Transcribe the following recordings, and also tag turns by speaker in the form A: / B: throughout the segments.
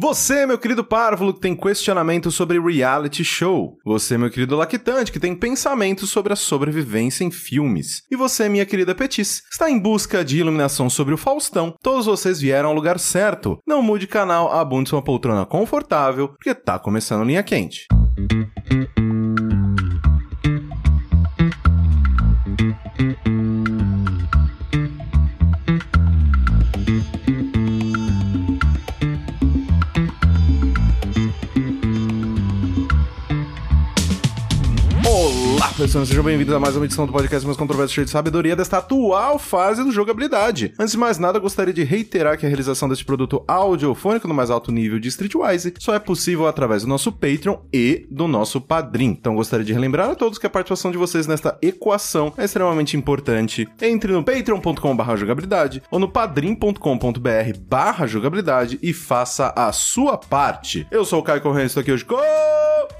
A: Você, meu querido párvulo, que tem questionamento sobre reality show. Você, meu querido lactante, que tem pensamento sobre a sobrevivência em filmes. E você, minha querida Petis, está em busca de iluminação sobre o Faustão. Todos vocês vieram ao lugar certo. Não mude canal, abunde uma poltrona confortável, porque tá começando linha quente. Olá, pessoas, sejam bem-vindos a mais uma edição do podcast mais controverso cheio de sabedoria desta atual fase do jogabilidade. Antes de mais nada, gostaria de reiterar que a realização deste produto audiofônico no mais alto nível de Streetwise só é possível através do nosso Patreon e do nosso Padrim. Então gostaria de relembrar a todos que a participação de vocês nesta equação é extremamente importante. Entre no patreon.com.br jogabilidade ou no padrim.com.br barra jogabilidade e faça a sua parte. Eu sou o Caio Correia, estou aqui hoje com...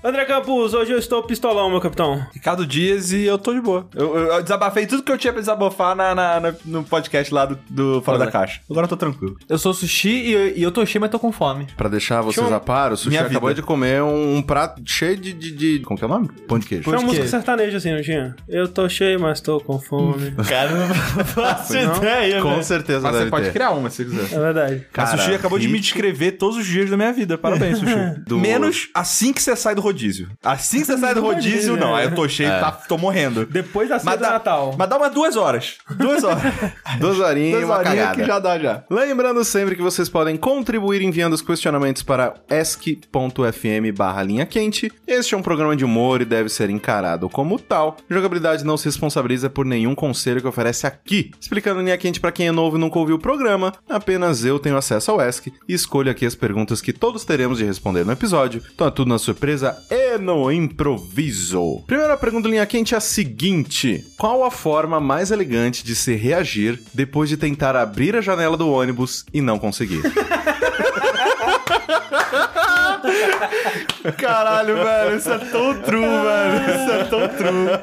B: André Campos, hoje eu estou pistolão, meu capitão.
C: Ricardo Dias e eu tô de boa. Eu, eu- eu desabafei tudo que eu tinha pra desabafar na, na- na- no podcast lá do, do Fora da Caixa. Agora eu tô tranquilo.
D: Eu sou sushi e eu, e eu tô cheio, mas tô com fome.
A: Pra deixar vocês a par, o Sushi
C: Minha
A: acabou
C: vida.
A: de comer um, um prato cheio de, de, de- Como que é o nome? Pão de queijo.
B: Foi uma
D: de
B: música
D: quê?
B: sertaneja assim, não tinha? Eu tô cheio, mas tô com fome. Ah,
D: Cara, não faço ideia,
A: Com certeza
C: Mas
A: deve
C: né? Ah, você pode
A: ter.
C: criar uma se quiser.
B: É verdade.
C: a Sushi acabou de
A: que-
C: me descrever todos os dias da minha vida. Parabéns, Sushi.
A: Do-
C: Menos assim que você sai do rodízio. Assim que você sai do rodízio, não. Aí eu tô
D: É.
C: cheio, tá, tô morrendo.
B: Depois da ceia do
C: dá-
B: Natal.
C: mas dá umas duas horas. Duas horas.
A: Duas horinhas e
C: duas
A: é uma
C: horinhas
A: cagada.
C: que já dá já.
A: Lembrando sempre que vocês podem contribuir enviando os questionamentos para esc.fm barra linha quente. Este é um programa de humor e deve ser encarado como tal. Jogabilidade não se responsabiliza por nenhum conselho que oferece aqui. Explicando linha quente para quem é novo e nunca ouviu o programa, apenas eu tenho acesso ao ESC e escolho aqui as perguntas que todos teremos de responder no episódio. Então é tudo na surpresa e no improviso. Primeira pergunta do linha quente é a seguinte: Qual a forma mais elegante de se reagir depois de tentar abrir a janela do ônibus e não conseguir?
C: Caralho, velho. Isso é tão true, velho. Isso é tão true.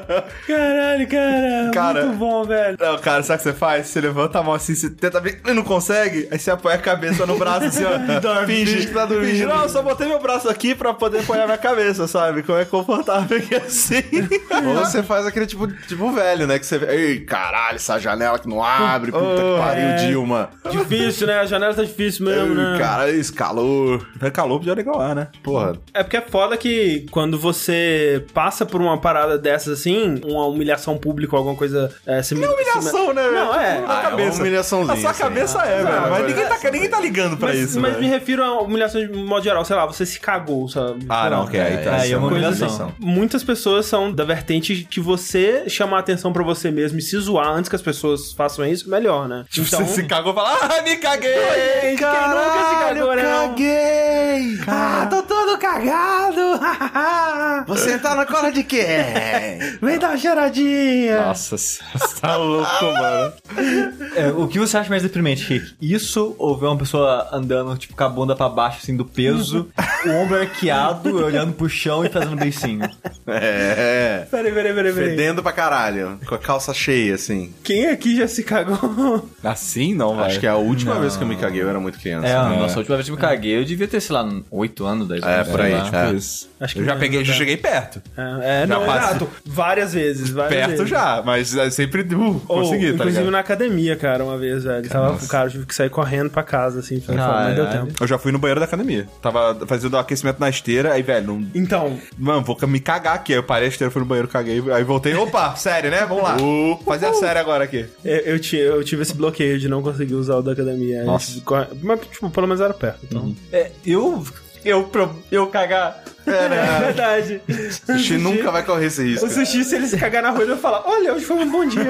B: Caralho, cara,
C: Cara.
B: Muito bom, velho.
C: Não, cara, sabe o que você faz? Você levanta a mão assim, você tenta abrir e não consegue, aí você apoia a cabeça no braço assim, ó. finge que tá dormindo. Finge, não, eu só botei meu braço aqui pra poder apoiar minha cabeça, sabe? Como é confortável que é assim.
A: Ou você faz aquele tipo, tipo velho, né? Que você vê, ei, caralho, essa janela que não abre, puta que pariu,
C: é.
A: Dilma.
B: Difícil, né? A janela tá difícil mesmo, né?
A: Cara, esse calor.
C: É calor, podia ligar o ar, né?
A: Porra,
B: É porque é foda que quando você passa por uma parada dessas assim, uma humilhação pública ou alguma coisa é, similar.
C: Humilhação, né, velho?
B: Não, é.
C: Na
A: Ah, é uma
C: cabeça.
A: humilhaçãozinha,
C: A sua
A: assim.
C: cabeça é, velho. Mas ninguém tá, ninguém tá ligando pra
B: Mas,
C: isso,
B: mas me
C: velho.
B: refiro a humilhação de modo geral, sei lá, você se cagou, sabe?
C: Ah,
B: Sei
C: não,
B: lá.
C: ok. Aí, tá,
D: Aí é
C: isso
D: uma
C: coisa
D: humilhação.
C: assim.
B: Muitas pessoas são da vertente que você chamar atenção pra você mesmo e se zoar antes que as pessoas façam isso, melhor, né?
C: Tipo, você se cagou e fala, ah, me caguei!
B: Caralho, eu
A: caguei!
D: Ah, tô todo cagado!
A: Você tá na cola de quem?
D: Vem dar uma cheiradinha!
C: Nossa, você tá louco, mano.
D: É, o que você acha mais deprimente, Rick? Isso ou ver uma pessoa andando, tipo, com a bunda pra baixo, assim, do peso, o ombro arqueado, olhando pro chão e fazendo beicinho?
A: É.
B: Peraí, peraí, peraí, peraí.
A: Fedendo pra caralho. Com a calça cheia, assim.
B: Quem aqui já se cagou?
C: Assim não, velho.
A: Acho que é a última vez que eu me caguei, eu era muito criança.
D: É,
C: né?
E: Nossa, a última vez que eu me caguei, eu devia ter, sei lá, 8 anos, 10
A: É,
E: anos.
A: por aí.
E: sei lá.
A: é.
C: tipo isso.
B: Acho que
C: eu já
B: não,
C: peguei, já
B: tá.
C: cheguei perto.
B: É, é,
C: Já
B: não,
C: passa-
B: exato. Várias vezes, várias
C: Perto
B: vezes.
C: já, mas é sempre uh,
B: assim, Ou,
C: consegui, tá
B: inclusive
C: ligado?
B: na academia, cara, uma vez, velho. Tava com o cara, eu tive que sair correndo pra casa, assim, foi foda, não deu
D: Caralho.
B: tempo.
C: Eu já fui no banheiro da academia. Tava fazendo aquecimento na esteira, aí, velho, não...
B: Então,
C: Mano, vou me cagar aqui. Aí eu parei a esteira, fui no banheiro, caguei, aí voltei. Opa, sério, né? Vamos lá. Fazer a série agora aqui.
B: eu, eu, ti- eu tive esse bloqueio de não conseguir usar o da academia. Eu
C: Nossa. Uhum.
B: tive que correr- Mas, tipo, pelo menos era perto, então.
D: É, eu... Eu, pro- eu cagar...
B: É verdade.
A: A gente nunca vai correr esse risco.
B: O sushi, se ele se cagar na rua, ele vai falar: Olha, hoje foi um bom dia.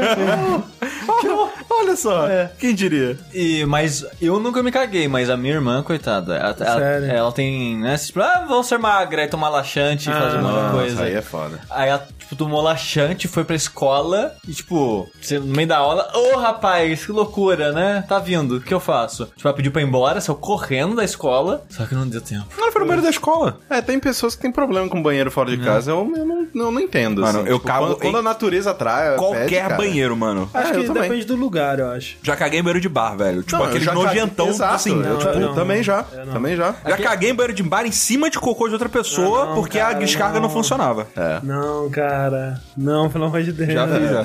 C: Olha só, quem diria?
D: E, mas eu nunca me caguei, mas a minha irmã, coitada, ela, ela-
B: Sério?
D: ela tem, né, tipo, ah, vamos ser magra e tomar laxante e fazer um monte de
A: Nossa,
D: coisa.
A: aí é foda.
D: Aí ela, tipo, tomou laxante, foi pra escola e, tipo, você- no meio da aula, ô rapaz, que loucura, né? Tá vindo, o que eu faço? Tipo, ela pediu pra ir embora, saiu correndo da escola, só que não deu tempo.
C: Ela prefiro o banheiro da escola.
A: É, tem pessoas que têm problema com banheiro fora de casa. Eu, eu não, eu não entendo.
C: Mano,
A: assim.
C: eu cago
A: quando,
C: em
A: quando a natureza atrai. pede,
C: Qualquer
A: cara.
C: banheiro, mano.
A: É,
B: Acho
A: eu
B: que
A: também.
B: depende do lugar, eu acho.
C: Já caguei em banheiro de bar, velho. Tipo,
A: Não, eu
C: aquele
A: já caguei-
C: nojentão,
A: Exato,
C: assim.
A: eu,
B: Não,
A: tipo,
B: eu não,
A: também
B: não.
A: já.
B: Eu não.
A: Também já.
C: Já caguei em banheiro de bar em cima de cocô de outra pessoa
B: Ah, não,
C: porque a
B: cara,
C: descarga não,
B: não. É.
C: funcionava.
B: Não, cara. Não, pelo amor de Deus. Já
C: fiz, É. já.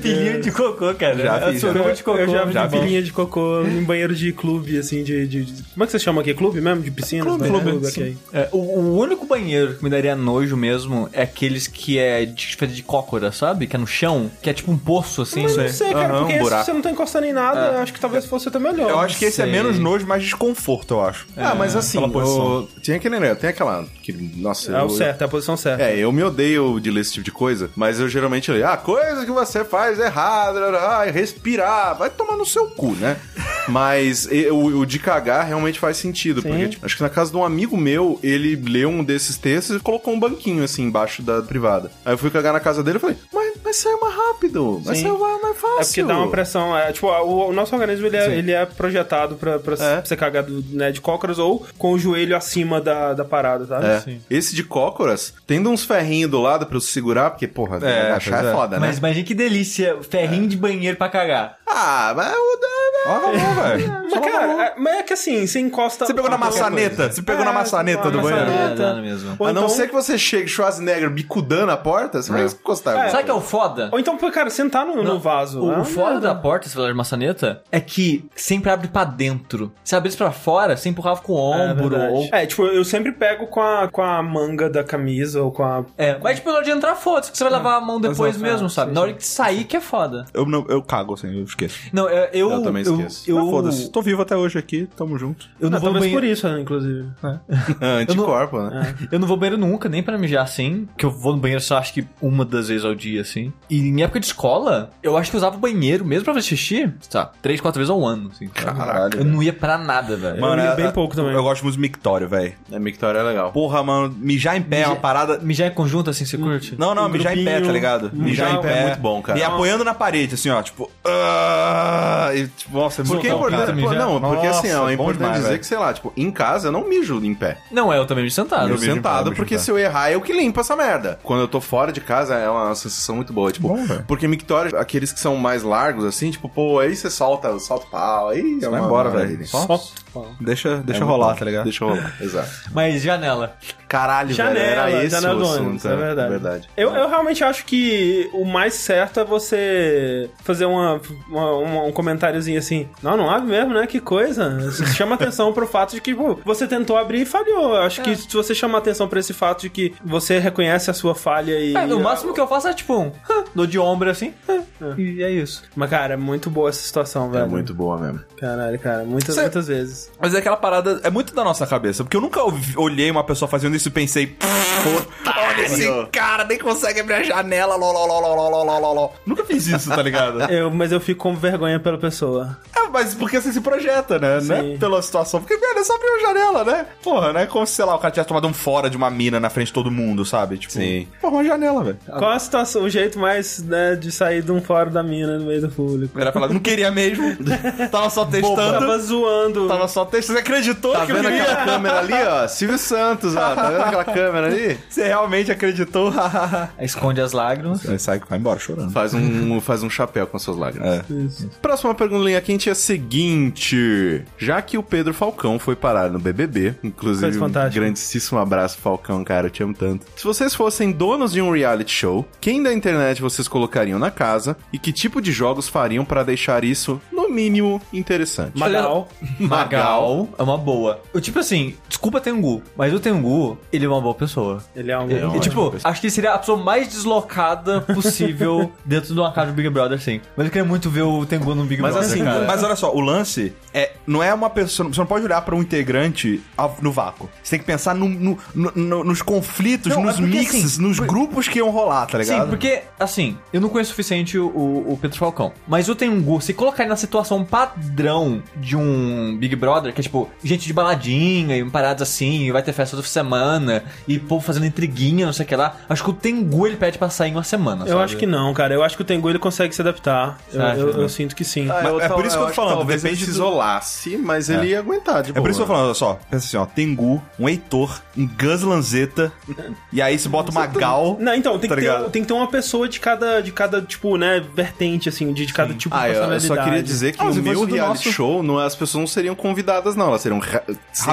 D: Filhinho de cocô, cara.
A: Já fiz, já.
D: Sorvete de cocô.
B: Eu já vi
C: já vi.
B: pilinha de cocô em banheiro de clube, assim, de, de- de- Como é que vocês chamam aqui? Clube mesmo? De piscina?
A: Clube,
B: Não,
A: clube,
B: ok.
D: É, o, o único banheiro que me daria nojo mesmo é aqueles que é de, feito de cócora, sabe? Que é no chão, que é tipo um poço assim.
B: Mas não sei, cara,
A: Aham, um
B: porque esse
A: buraco.
B: você não tá encostando em nada, acho que talvez fosse até melhor. né?
C: Eu acho que esse é
D: sei.
C: menos nojo, mais desconforto, eu acho.
A: Ah, mas assim,
C: É, pela posição.
A: o... tinha aquele negócio, tem aquela. Que, nossa,
B: É
A: eu-
B: o certo, é a posição certa.
A: É, eu me odeio de ler esse tipo de coisa, mas eu geralmente leio, ah, coisa que você faz errada, blá, blá, blá, respirar, vai tomar no seu cu, né? Mas e- o, o de cagar realmente faz sentido, porque tipo, acho que na casa de um amigo meu, ele leu um desses textos e colocou um banquinho assim embaixo da privada. Aí eu fui cagar na casa dele e falei, mas, mas saiu mais rápido, mas
B: Sim.
A: saiu mais, mais fácil.
B: É porque dá uma pressão. É, tipo, o, o nosso organismo ele é, ele é projetado pra, pra
A: É.
B: você cagar do- né, de cócoras ou com o joelho acima da, da parada, sabe?
A: É. Esse de cócoras, tendo uns ferrinhos do lado pra eu segurar, porque, porra,
C: É,
A: agachar é,
C: pois é.
A: foda, né?
D: Mas imagina que delícia, ferrinho de banheiro pra cagar.
A: Ah, mas o
C: Olha lá, tá velho.
B: Mas, cara, é, mas é que assim, você encosta.
C: Você pegou na maçaneta. Você pegou na
B: É,
C: maçaneta
B: na
C: do
B: maçaneta.
C: banheiro.
D: É, dá mesmo.
B: Ou
A: a não
B: então-
A: ser que você chegue Schwarzenegger bicudando a porta, você vai encostar. alguma
D: Sabe que é
A: coisa.
D: o foda?
B: Ou então, pô, cara, sentar no, no vaso.
D: O,
B: né?
D: o foda da porta, se falar de maçaneta, é que sempre abre pra dentro. Se abrisse pra fora, você empurrava com o ombro.
B: É,
D: ou...
B: É, tipo, eu sempre pego com a, com a manga da camisa ou com a.
D: é, mas tipo, na hora de entrar, foda-se, que você vai lavar a mão depois
B: Exato,
D: mesmo,
B: é,
D: sabe?
B: sim,
D: Na hora de sair que é foda.
C: Eu, não, eu cago, assim, eu esqueço.
D: Não, eu. Eu,
A: Eu também
D: eu,
A: esqueço.
D: Eu,
C: Ah, Foda-se. Tô vivo até hoje aqui, tamo junto.
D: Eu não,
B: Ah,
D: vou no
B: talvez
D: banheiro,
B: por isso, né, inclusive.
A: É, Anticorpo, né?
D: eu não vou no banheiro nunca, nem pra mijar assim. Que eu vou no banheiro só acho que uma das vezes ao dia, assim. E em época de escola, eu acho que eu usava o banheiro mesmo pra fazer xixi, sabe? Três, quatro vezes ao ano, assim. sabe?
C: Caralho,
D: Eu não ia pra nada, velho.
B: ia
C: é-
B: bem
C: é-
B: pouco também.
C: Eu gosto muito do mictório, velho.
A: É, Mictória é legal.
C: Porra, mano, mijar em pé é uma parada
D: Mijar em conjunto assim, você curte?
C: Não, não,
B: Um
C: mijar em pé,
B: grupinho,
C: tá ligado?
B: um
C: Mijar em
B: grupo.
C: pé
A: É muito bom, cara.
C: E apoiando na parede, assim, ó, tipo. ah, e, tipo nossa, é muito
A: Porque é
C: bom,
A: importante.
C: cara.
A: pô, não, porque assim,
C: Nossa,
A: ó, é
C: bom
A: importante
C: demais,
A: dizer
C: velho.
A: que, sei lá, tipo, em casa eu não mijo em pé.
D: Não, é, eu também me sentado.
A: Eu,
C: mijo em pé, eu
A: sentado,
C: mijo em
A: porque
C: pé.
A: se eu errar, eu que limpo essa merda. Quando eu tô fora de casa, é uma sensação muito boa. Tipo,
C: Bom, velho.
A: porque Mictória, aqueles que são mais largos, assim, tipo, pô, aí você solta, solta o pau, aí é você
C: Vai embora, é velho.
A: Deixa
C: Só- Deixa, deixa rolar, tá ligado?
A: é Deixa rolar, exato.
D: Mas janela.
A: Caralho, velho,
B: Janela,
A: era esse
B: janela
A: o
B: do ônibus,
A: assunto.
B: é verdade. Eu, eu realmente acho que o mais certo é você fazer uma, uma- uma- um comentáriozinho assim. Não, não abre mesmo, né? Que coisa. Isso chama atenção pro fato de que pô, você tentou abrir e falhou. Eu acho
D: É.
B: que se você chamar atenção pra esse fato de que você reconhece a sua falha e.
D: É, o máximo que eu faço é tipo um. "Hã", Dou de ombro assim. "Hã", E é isso.
B: Mas, cara, é muito boa essa situação, velho.
A: É muito boa mesmo.
B: Caralho, cara. Muitas,
C: Cê-
B: muitas vezes.
C: Mas é aquela parada, é muito da nossa cabeça, porque eu nunca ouvi- olhei uma pessoa fazendo isso e pensei, "Puta, olha esse cara, nem consegue abrir a janela, lolololololololol. Nunca fiz isso, tá ligado?
B: Eu, mas eu fico com vergonha pela pessoa.
C: É, mas porque você se projeta, né? Não é
B: Sim.
C: pela situação. Porque, velho, é só abrir a janela, né? Porra, não é como se, sei lá, o cara tivesse tomado um fora de uma mina na frente de todo mundo, sabe? Tipo,
A: Sim.
C: porra, uma janela, velho.
B: Qual a situação, o jeito mais, né, de sair de um fora da mina no meio do público?
C: Era falar, não queria mesmo. Tava só testando.
B: Tava zoando.
C: Tava só testando. Você acreditou
A: Tá
C: que
A: vendo
C: queria?
A: aquela câmera ali, ó? Silvio Santos, ó. Tá vendo aquela câmera ali?
C: Você realmente acreditou?
D: Aí Esconde as lágrimas.
C: Aí sai, vai embora chorando.
A: Faz um, faz um chapéu com as suas lágrimas.
C: É.
A: Próxima pergunta do linha quente é a seguinte: já que o Pedro Falcão foi parar no BBB, inclusive
B: Coisa
A: um
B: fantástica.
A: grandíssimo abraço Falcão, cara, eu te amo tanto. Se vocês fossem donos de um reality show, quem da internet vocês colocariam na casa e que tipo de jogos fariam pra deixar isso no mínimo interessante?
B: Magal.
D: Magal é uma boa. Eu, tipo assim, desculpa Tengu, mas o Tengu, ele é uma boa pessoa.
B: Ele é um.
D: E, tipo, acho que ele seria a pessoa mais deslocada possível dentro de uma casa do Big Brother, sim. Mas eu queria muito ver o Tengu no Big
C: Mas
D: Brother.
C: assim,
D: cara.
C: mas olha só, o lance é não é uma pessoa. Você não pode olhar pra um integrante a- no vácuo. Você tem que pensar no- no- no- no- nos conflitos,
D: Não,
C: nos
D: é porque,
C: mixes,
D: assim,
C: nos grupos que iam rolar, tá ligado?
D: Sim, porque, assim, eu não conheço o suficiente o, o Pedro Falcão. Mas o Tengu, se colocar ele na situação padrão de um Big Brother, que é tipo, gente de baladinha e paradas assim, e vai ter festa toda semana, e povo fazendo intriguinha, não sei o que lá, acho que o Tengu ele pede pra sair em uma semana.
B: Eu acho que não, cara. Eu acho que o Tengu ele consegue se adaptar. Eu,
D: acha,
B: eu-
D: né?
A: Ah,
B: eu sinto que sim.
C: Mas é por por isso que eu tô
A: acho
C: falando,
A: Talvez ele
C: depende
A: se
C: do-
A: isolasse, mas ele ia aguentar, de
C: É por isso que eu tô
A: boa.
C: falando, olha só, pensa assim, ó, Tengu, um Heitor, um Gus Lanzetta, e aí você bota uma Gal.
B: Não, então, tem,
C: Tá
B: que ter,
C: ligado?
B: tem que ter uma pessoa de cada, de cada tipo, né, vertente, assim, de, de cada tipo
A: Ah,
B: de
A: eu- eu
B: personalidade.
A: só queria dizer que
C: Ah,
A: no
C: se fosse
A: meu
C: do
A: reality
C: nosso-
A: show, não, é, as pessoas não seriam convidadas, não. Elas seriam ra-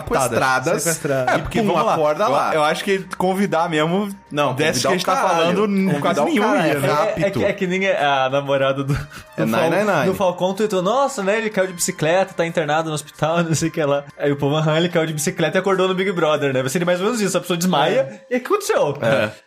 A: sequestradas.
B: Sequestradas.
A: É, porque vamos lá. Acorda
C: eu,
A: lá.
C: eu acho que convidar mesmo,
A: Não,
C: desse
A: convidar
C: que a
A: o
C: gente tá
A: caralho.
C: falando,
A: Convidar
C: quase
A: o
C: nenhum
A: caralho,
C: ia,
A: é
C: né?
D: É, é, que, é que nem a namorada do.
A: É
D: do
A: nine,
D: Fal-
A: nine, nine.
D: Do Falcão tweetou, nossa, né? Ele caiu de bicicleta, tá internado no hospital, não sei o que lá. Aí o povo, aham, ele caiu de bicicleta e acordou no Big Brother, né? Vai ser mais ou menos isso. A pessoa desmaia e o que aconteceu?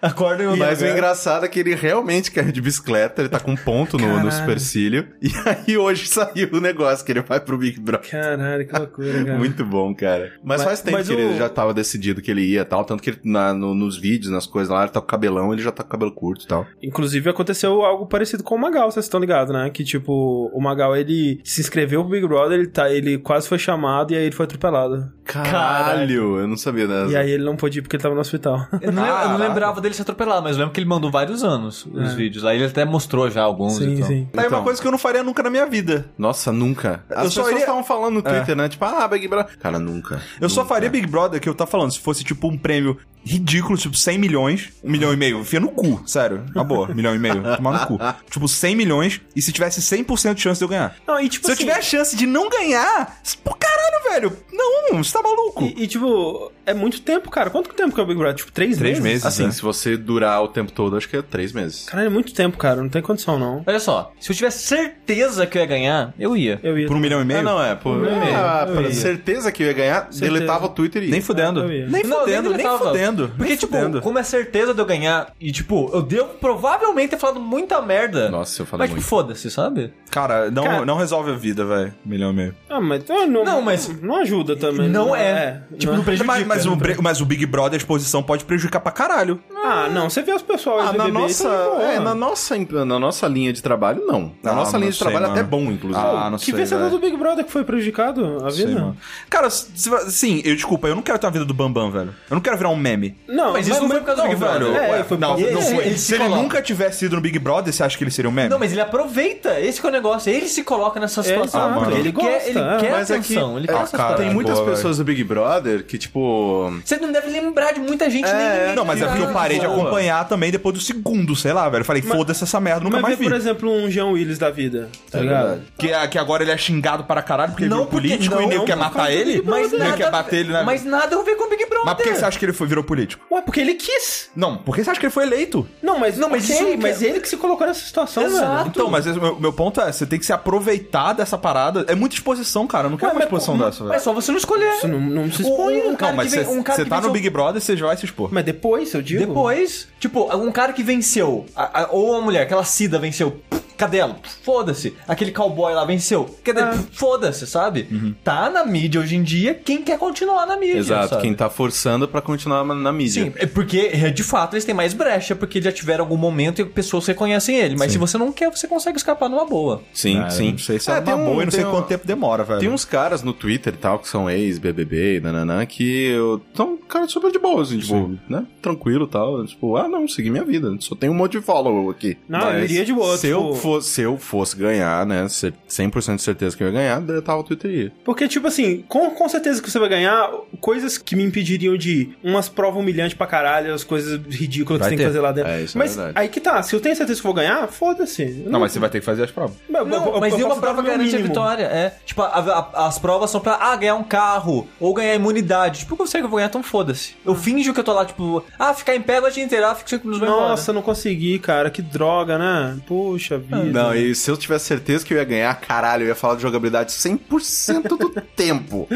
D: Acorda em um
A: É. Mas o
D: lugar.
A: engraçado é que ele realmente quer de bicicleta, ele tá com um ponto no, no supercílio. E aí hoje saiu o negócio que ele vai pro Big Brother.
B: Caralho, que loucura,
C: É.
B: cara.
A: Muito bom, cara. Mas,
B: Mas-
A: faz tempo
B: mas
A: que ele
B: o-
A: já tava decidido que ele ia e tal. Tanto que ele, na- no- nos vídeos, nas coisas lá, ele tá com cabelão, ele já tá com cabelo curto e tal.
B: Inclusive, aconteceu algo parecido com o Magal, vocês estão ligados, né? Que, tipo, o Magal, ele se inscreveu pro Big Brother, ele, tá, ele quase foi chamado e aí ele foi atropelado.
A: Caralho, eu não sabia né? dessa.
B: E aí ele não pôde ir porque ele tava no hospital.
D: Eu não, lem- eu não
C: Caraca.
D: lembrava dele se atropelado, mas eu lembro que ele mandou vários anos os
B: É.
D: vídeos. Aí ele até mostrou já alguns.
B: sim,
D: então.
B: sim.
C: Tá aí
A: Então.
C: uma coisa que eu não faria nunca na minha vida.
A: Nossa, nunca. As
C: Eu só
A: pessoas
C: iria-
A: estavam falando no Twitter, né? Tipo, ah, Big Brother. Cara, nunca.
C: Eu só
A: Nunca.
C: faria Big Brother, que eu tava falando, se fosse tipo um prêmio ridículo, tipo 100 milhões, um milhão e meio, enfia no cu, sério, na boa, um milhão e meio, tomar no cu. Tipo 100 milhões, e se tivesse 100% de chance de eu ganhar.
B: Não, e tipo
C: Se eu
B: assim,
C: tiver a chance de não ganhar, pô, caralho, velho, não, você tá maluco.
B: E, e, tipo, é muito tempo, cara. Quanto tempo que é o Big Brother? Tipo, três,
C: Três
B: meses?
C: meses.
A: Assim,
C: né?
A: se você durar o tempo todo, acho que é três meses.
B: Caralho, é muito tempo, cara. Não tem condição, não.
D: Olha só, se eu tivesse certeza que eu ia ganhar, eu ia.
B: Eu ia.
C: Por um milhão e meio?
A: Ah, não, é. Pô, ah, pra certeza que eu ia ganhar,
B: Certeza.
A: deletava o Twitter e.
C: Nem fudendo.
B: Ah, eu ia.
C: nem
D: Não,
C: fudendo, nem,
D: deletava.
C: fudendo.
D: Porque,
C: nem
D: tipo,
C: fudendo.
D: como é certeza de eu ganhar, e tipo, eu devo provavelmente ter falado muita merda.
A: Nossa, eu falei
D: Mas, tipo,
A: muito.
D: foda-se, sabe?
C: Cara, não,
B: Cara-
C: não resolve a vida, velho. Milhão e meio.
B: Ah, mas, ah, não,
D: Não, mas-
B: Não ajuda também. né?
D: Não é. Tipo,
B: não
D: não prejudica.
C: Mas,
B: né,
C: mas, o, bre- mas o Big Brother, a exposição, pode prejudicar pra caralho.
B: Ah, não. Você vê os pessoal
A: Ah,
B: do
A: na
B: BBB,
A: nossa,
B: tá de boa.
A: é, na, nossa, em- na nossa linha de trabalho, não. Na
C: Ah,
A: nossa
C: não
A: linha de
C: sei,
A: trabalho é
C: mano.
A: até bom, inclusive.
C: Ah, não
B: Que
C: sei,
B: vencedor
C: velho.
B: do Big Brother que foi prejudicado? A
C: Sei,
B: vida?
C: mano. Cara, se- sim, eu desculpa, eu não quero ter a vida do Bambam, velho. Eu não quero virar um meme.
B: não,
D: Mas isso não foi por causa do Big Brother.
B: É,
C: Ué,
B: foi por
C: não,
B: causa-
C: não
D: Ele-
C: foi.
D: ele se
C: se ele
D: coloca.
C: nunca tivesse ido no Big Brother, você acha que ele seria um meme?
D: Não, mas ele aproveita. Esse que é o negócio. Ele se coloca nessa situação.
B: exato,
D: porque
B: ele
D: ele,
B: gosta,
D: quer, ele
B: é.
D: quer
A: Mas é que-
D: atenção. ele
A: é,
D: quer essa
C: Ah, cara,
D: história.
A: Tem muitas
C: Boa,
A: pessoas do Big Brother que, tipo.
D: Você não deve lembrar de muita gente nem ninguém.
C: Não, mas é porque eu parei de
D: Boa.
C: acompanhar também depois do segundo, sei lá, velho. Eu falei, foda-se essa merda, nunca
B: Mas
C: mais
B: vê,
C: vi.
B: por exemplo, um Jean Willis da vida, tá
D: É
B: ligado?
C: Que, que agora ele é xingado para caralho porque ele
D: Não,
C: virou
D: porque-
C: político
D: não,
C: e nem
D: não,
C: quer
D: por
C: matar ele,
D: Mas
C: nem
D: nada,
C: quer bater ele, né?
D: mas nada a ver com o Big Brother.
C: Mas por que você acha que ele foi, virou político?
B: Ué, porque ele quis.
C: Não, por que você acha que ele foi eleito?
B: Não, mas,
D: Não, mas
B: ok,
D: isso-
B: mas ele que se colocou nessa situação,
D: Exato.
B: velho.
C: Então, mas esse- meu, meu ponto é, você tem que se aproveitar dessa parada. É muita exposição, cara. Eu não quero
B: Ué,
C: uma
B: mas
C: exposição dessa,
D: É
C: velho.
D: só você não escolher.
B: Isso não, não se expõe.
D: Um, um cara
C: Não, mas
D: que
C: você
D: vem- um cara
C: você
D: que
C: tá
D: venceu-
C: no Big Brother, você já vai se expor.
B: Mas depois, eu digo.
D: Depois, tipo, um cara que venceu, a- a- ou uma mulher, aquela Cida venceu, cadelo, foda-se. Aquele cowboy lá venceu,
C: É.
D: cadê? Foda-se, sabe?
B: Uhum.
D: Tá na mídia hoje em dia quem quer continuar na
B: é,
D: mídia.
A: Exato,
D: sabe?
A: quem tá forçando pra continuar na- na mídia.
D: Sim, é porque é, de fato eles têm mais brecha, porque já tiveram algum momento e pessoas reconhecem ele. Mas se você não quer, você consegue escapar numa boa.
A: sim.
C: Cara,
A: sim.
C: Não sei se
A: É,
C: é,
A: tem
C: uma
A: um-
C: boa e não sei
A: tem um-
C: quanto tempo demora, velho.
A: Tem uns caras no Twitter e tal, que são ex-BBB, nananã, que são caras super de boa, assim, tipo, né? Tranquilo e tal. Tipo, ah, não, segui minha vida. Só tem um monte de follow aqui.
B: Não, eu iria de boa,
A: Se,
B: tipo-
A: eu fosse, se eu fosse ganhar, né? se- 100% de certeza que eu ia ganhar, deletava o Twitter e ia.
B: Porque, tipo assim, com, com certeza que você vai ganhar coisas que me impediriam de ir. Umas provas humilhantes pra caralho, as coisas ridículas que você
C: Vai
B: tem que
C: ter.
B: fazer lá dentro.
A: É, isso é
B: mas
A: verdade.
B: aí que tá, se eu tenho certeza que vou ganhar, foda-se. Eu
C: Não, mas você vai ter que fazer as provas.
B: eu-
D: Não,
B: eu- eu-
D: mas
B: eu
D: nenhuma
B: posso dar
D: prova
B: o meu
D: garante a
B: mínimo.
D: vitória. É, tipo, a- a- as provas são pra ah, ganhar um carro ou ganhar imunidade. Tipo, eu sei que eu vou ganhar, então foda-se.
A: Ah.
D: Eu finjo que eu tô lá, tipo, ah, ficar em pé a noite inteira, ah, fico com os
B: Nossa, não consegui, cara. Que droga, né? Puxa vida.
C: É.
A: Não, e se eu tivesse certeza que eu ia ganhar, caralho, eu ia falar de jogabilidade 100% do tempo.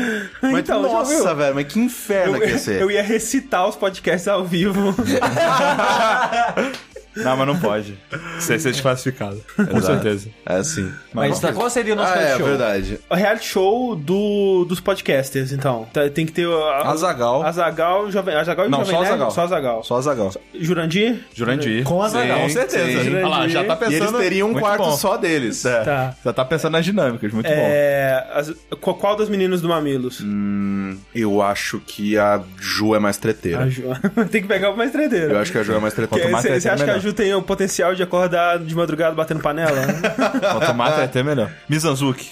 A: Mas,
B: Então, já
A: nossa,
B: viu?
A: velho, mas que
B: eu,
A: inferno que ia ser.
B: eu ia recitar os podcasts ao vivo.
C: Não, mas não pode. Você é desclassificado. Com
A: Exato.
C: certeza.
A: É assim.
D: Mas tá, qual seria o nosso
A: ah, é,
D: reality show?
A: verdade.
B: o reality show do, dos podcasters, então. Tá, Tem que ter a,
C: Azagal.
B: Azagal, Jovem, Azagal e
C: Não,
B: Jovem
C: só
B: Nerd?
C: Azagal.
B: Só Azagal.
C: Só Azagal.
B: Jurandir?
C: Jurandir. Com
A: Azaghal.
C: Com certeza.
A: Sim.
C: Olha lá, já tá pensando.
A: E eles teriam um
C: Muito
A: quarto
C: bom.
A: só deles.
C: É.
B: Tá.
C: Já tá pensando nas dinâmicas, muito bom. Hum.
B: É, as- qual, qual das meninas do Mamilos?
A: Eu acho que a Ju é mais
B: A
A: treteira.
B: Jo- Tem que pegar o mais
A: Eu
B: treteiro.
A: acho que a Ju é mais treteira.
C: mais
B: Você
C: treteiro,
B: acha que a Caju
C: melhor.
B: tem o potencial de acordar de madrugada batendo panela?
C: O tomate é até melhor. Mizanzuki.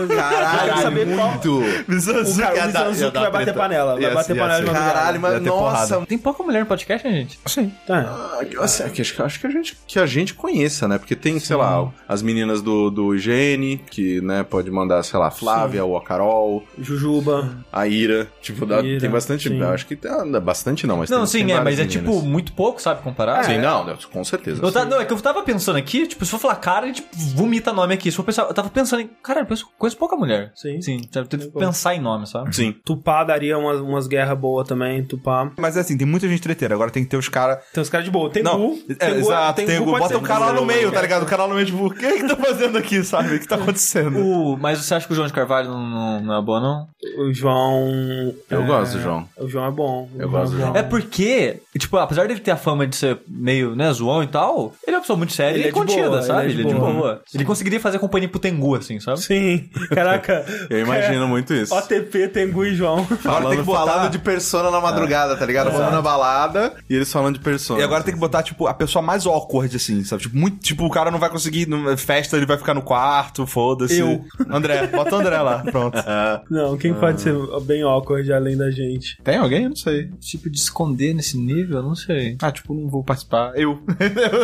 B: Eu quero saber qual-
A: é muito.
B: O
C: Mizanzuki.
B: cara,
C: ia
B: o
C: dar- ia
B: Mizanzuki
C: dar
B: vai bater
C: treta.
B: panela. Vai
C: Ia-
B: bater
C: ia
B: panela de
C: ser.
B: madrugada.
A: Caralho, mas
C: Ia ter
A: nossa.
D: Tem pouca mulher no podcast, né, gente?
B: Tá.
A: Ah, que- assim, que acho que- acho que a gente que a gente conheça, né? Porque tem, sei lá, as meninas do, do Gene, que, né, pode mandar, sei lá, a Flávia ou a Carol,
B: Jujuba.
A: a Ira. Tipo, dá-
B: Ira,
A: tem bastante.
B: sim.
A: eu Acho que tem, ah, bastante não, mas
D: Não,
A: tem,
D: sim,
A: tem
D: é,
A: várias
D: mas é
A: meninas.
D: tipo muito pouco, sabe, comparado.
A: Sim, não, não, com certeza.
D: Eu
A: sim.
D: tava- não, é que eu tava pensando aqui, tipo, se for falar cara, ele tipo, vomita nome aqui. Se for pensar, eu tava pensando em. Cara, eu penso- conheço pouca mulher.
B: Sim.
D: Sim, sabe, tem que pensar em nome, sabe?
A: Sim.
B: Tupá daria umas, umas guerras boas também. Tupá.
C: Mas é assim, tem muita gente treteira. Agora tem que ter os caras.
B: Tem uns caras de boa. Tem
C: Não,
B: Gu.
C: é,
B: Gu-
C: exato, tem
B: Gu,
C: o
B: pode
C: Bota
B: ser
C: o cara lá
B: Gu,
C: no meio,
B: né?
C: tá ligado? O cara lá no meio, tipo, o que que tá fazendo aqui, sabe? O que tá acontecendo?
D: O, mas você acha que o João de Carvalho não, não- não é boa, não?
B: O João.
A: Eu
B: é,
A: gosto do João.
B: O João é bom.
A: Eu gosto do João.
D: É porque, tipo, apesar dele ter a fama de ser meio, né, zoão e tal, ele é uma pessoa muito séria
B: Ele
D: e
B: é de
D: contida,
B: boa,
D: sabe?
B: ele é de boa.
D: Ele conseguiria fazer companhia pro Tengu, assim, sabe?
B: É, Sim. Caraca.
A: Eu imagino muito isso.
B: OTP, Tengu e João.
A: Falando,
C: tem que botar-
A: falando de persona na madrugada, tá ligado? Falando na balada e eles falando de persona.
C: É. E agora tem que botar, tipo, a pessoa mais awkward, assim, sabe? Tipo, muito, tipo o cara não vai conseguir, não- é festa, ele vai ficar no quarto, foda-se.
B: Eu.
C: André, bota o André lá, pronto.
A: É.
B: Não,
C: Ah.
B: quem pode ser bem awkward além da gente?
C: Tem alguém? Eu não sei.
D: Tipo, de esconder nesse nível, eu não sei.
C: Ah, tipo, não vou participar. Eu.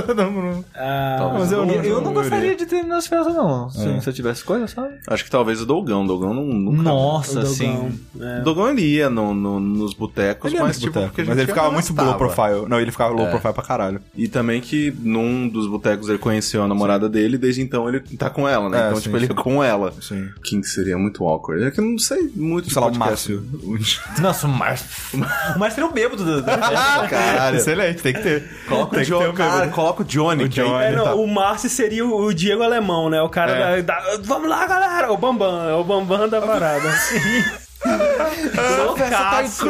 C: eu não, não.
B: Ah,
C: Mas eu,
D: Eu, não gostaria
C: iria.
D: de ter minhas festas, não. Se,
B: É.
D: se eu tivesse coisa, sabe?
A: Acho que talvez o Dogão. O Dogão não. nunca-
B: né?
D: Nossa,
B: o
D: assim.
B: Dogão. É.
A: O Dogão ele ia no- no- nos botecos,
C: Ele é
A: mas
C: muito
A: tipo,
C: boteco,
A: porque a
C: mas
A: gente
C: ele ficava muito
A: gastava.
C: low profile. Não, ele ficava low
A: É.
C: profile pra caralho.
A: E também que num dos botecos ele conheceu a namorada dele, desde então ele tá com ela, né?
C: É,
A: então,
C: sim,
A: tipo, ele
C: sim.
A: é com ela.
C: Sim.
A: Quem que seria muito awkward? É que eu não sei muito de
C: Sei lá, o
A: podcast.
C: Márcio.
D: Nossa, o Márcio. O Márcio era o bêbado do. do-
A: Caralho.
C: Excelente, tem que ter.
A: Coloca o,
C: tem que ter
A: jo
C: um
A: cara,
C: bêbado.
A: coloca o Johnny.
C: O
A: que aí-
C: Johnny.
B: É, não,
C: tá.
B: o Márcio seria o o Diego Alemão, né? O cara da, da- Vamos lá, galera! O Bambam, é o Bambam da parada. assim.
A: tá
C: tá
B: Loucaço.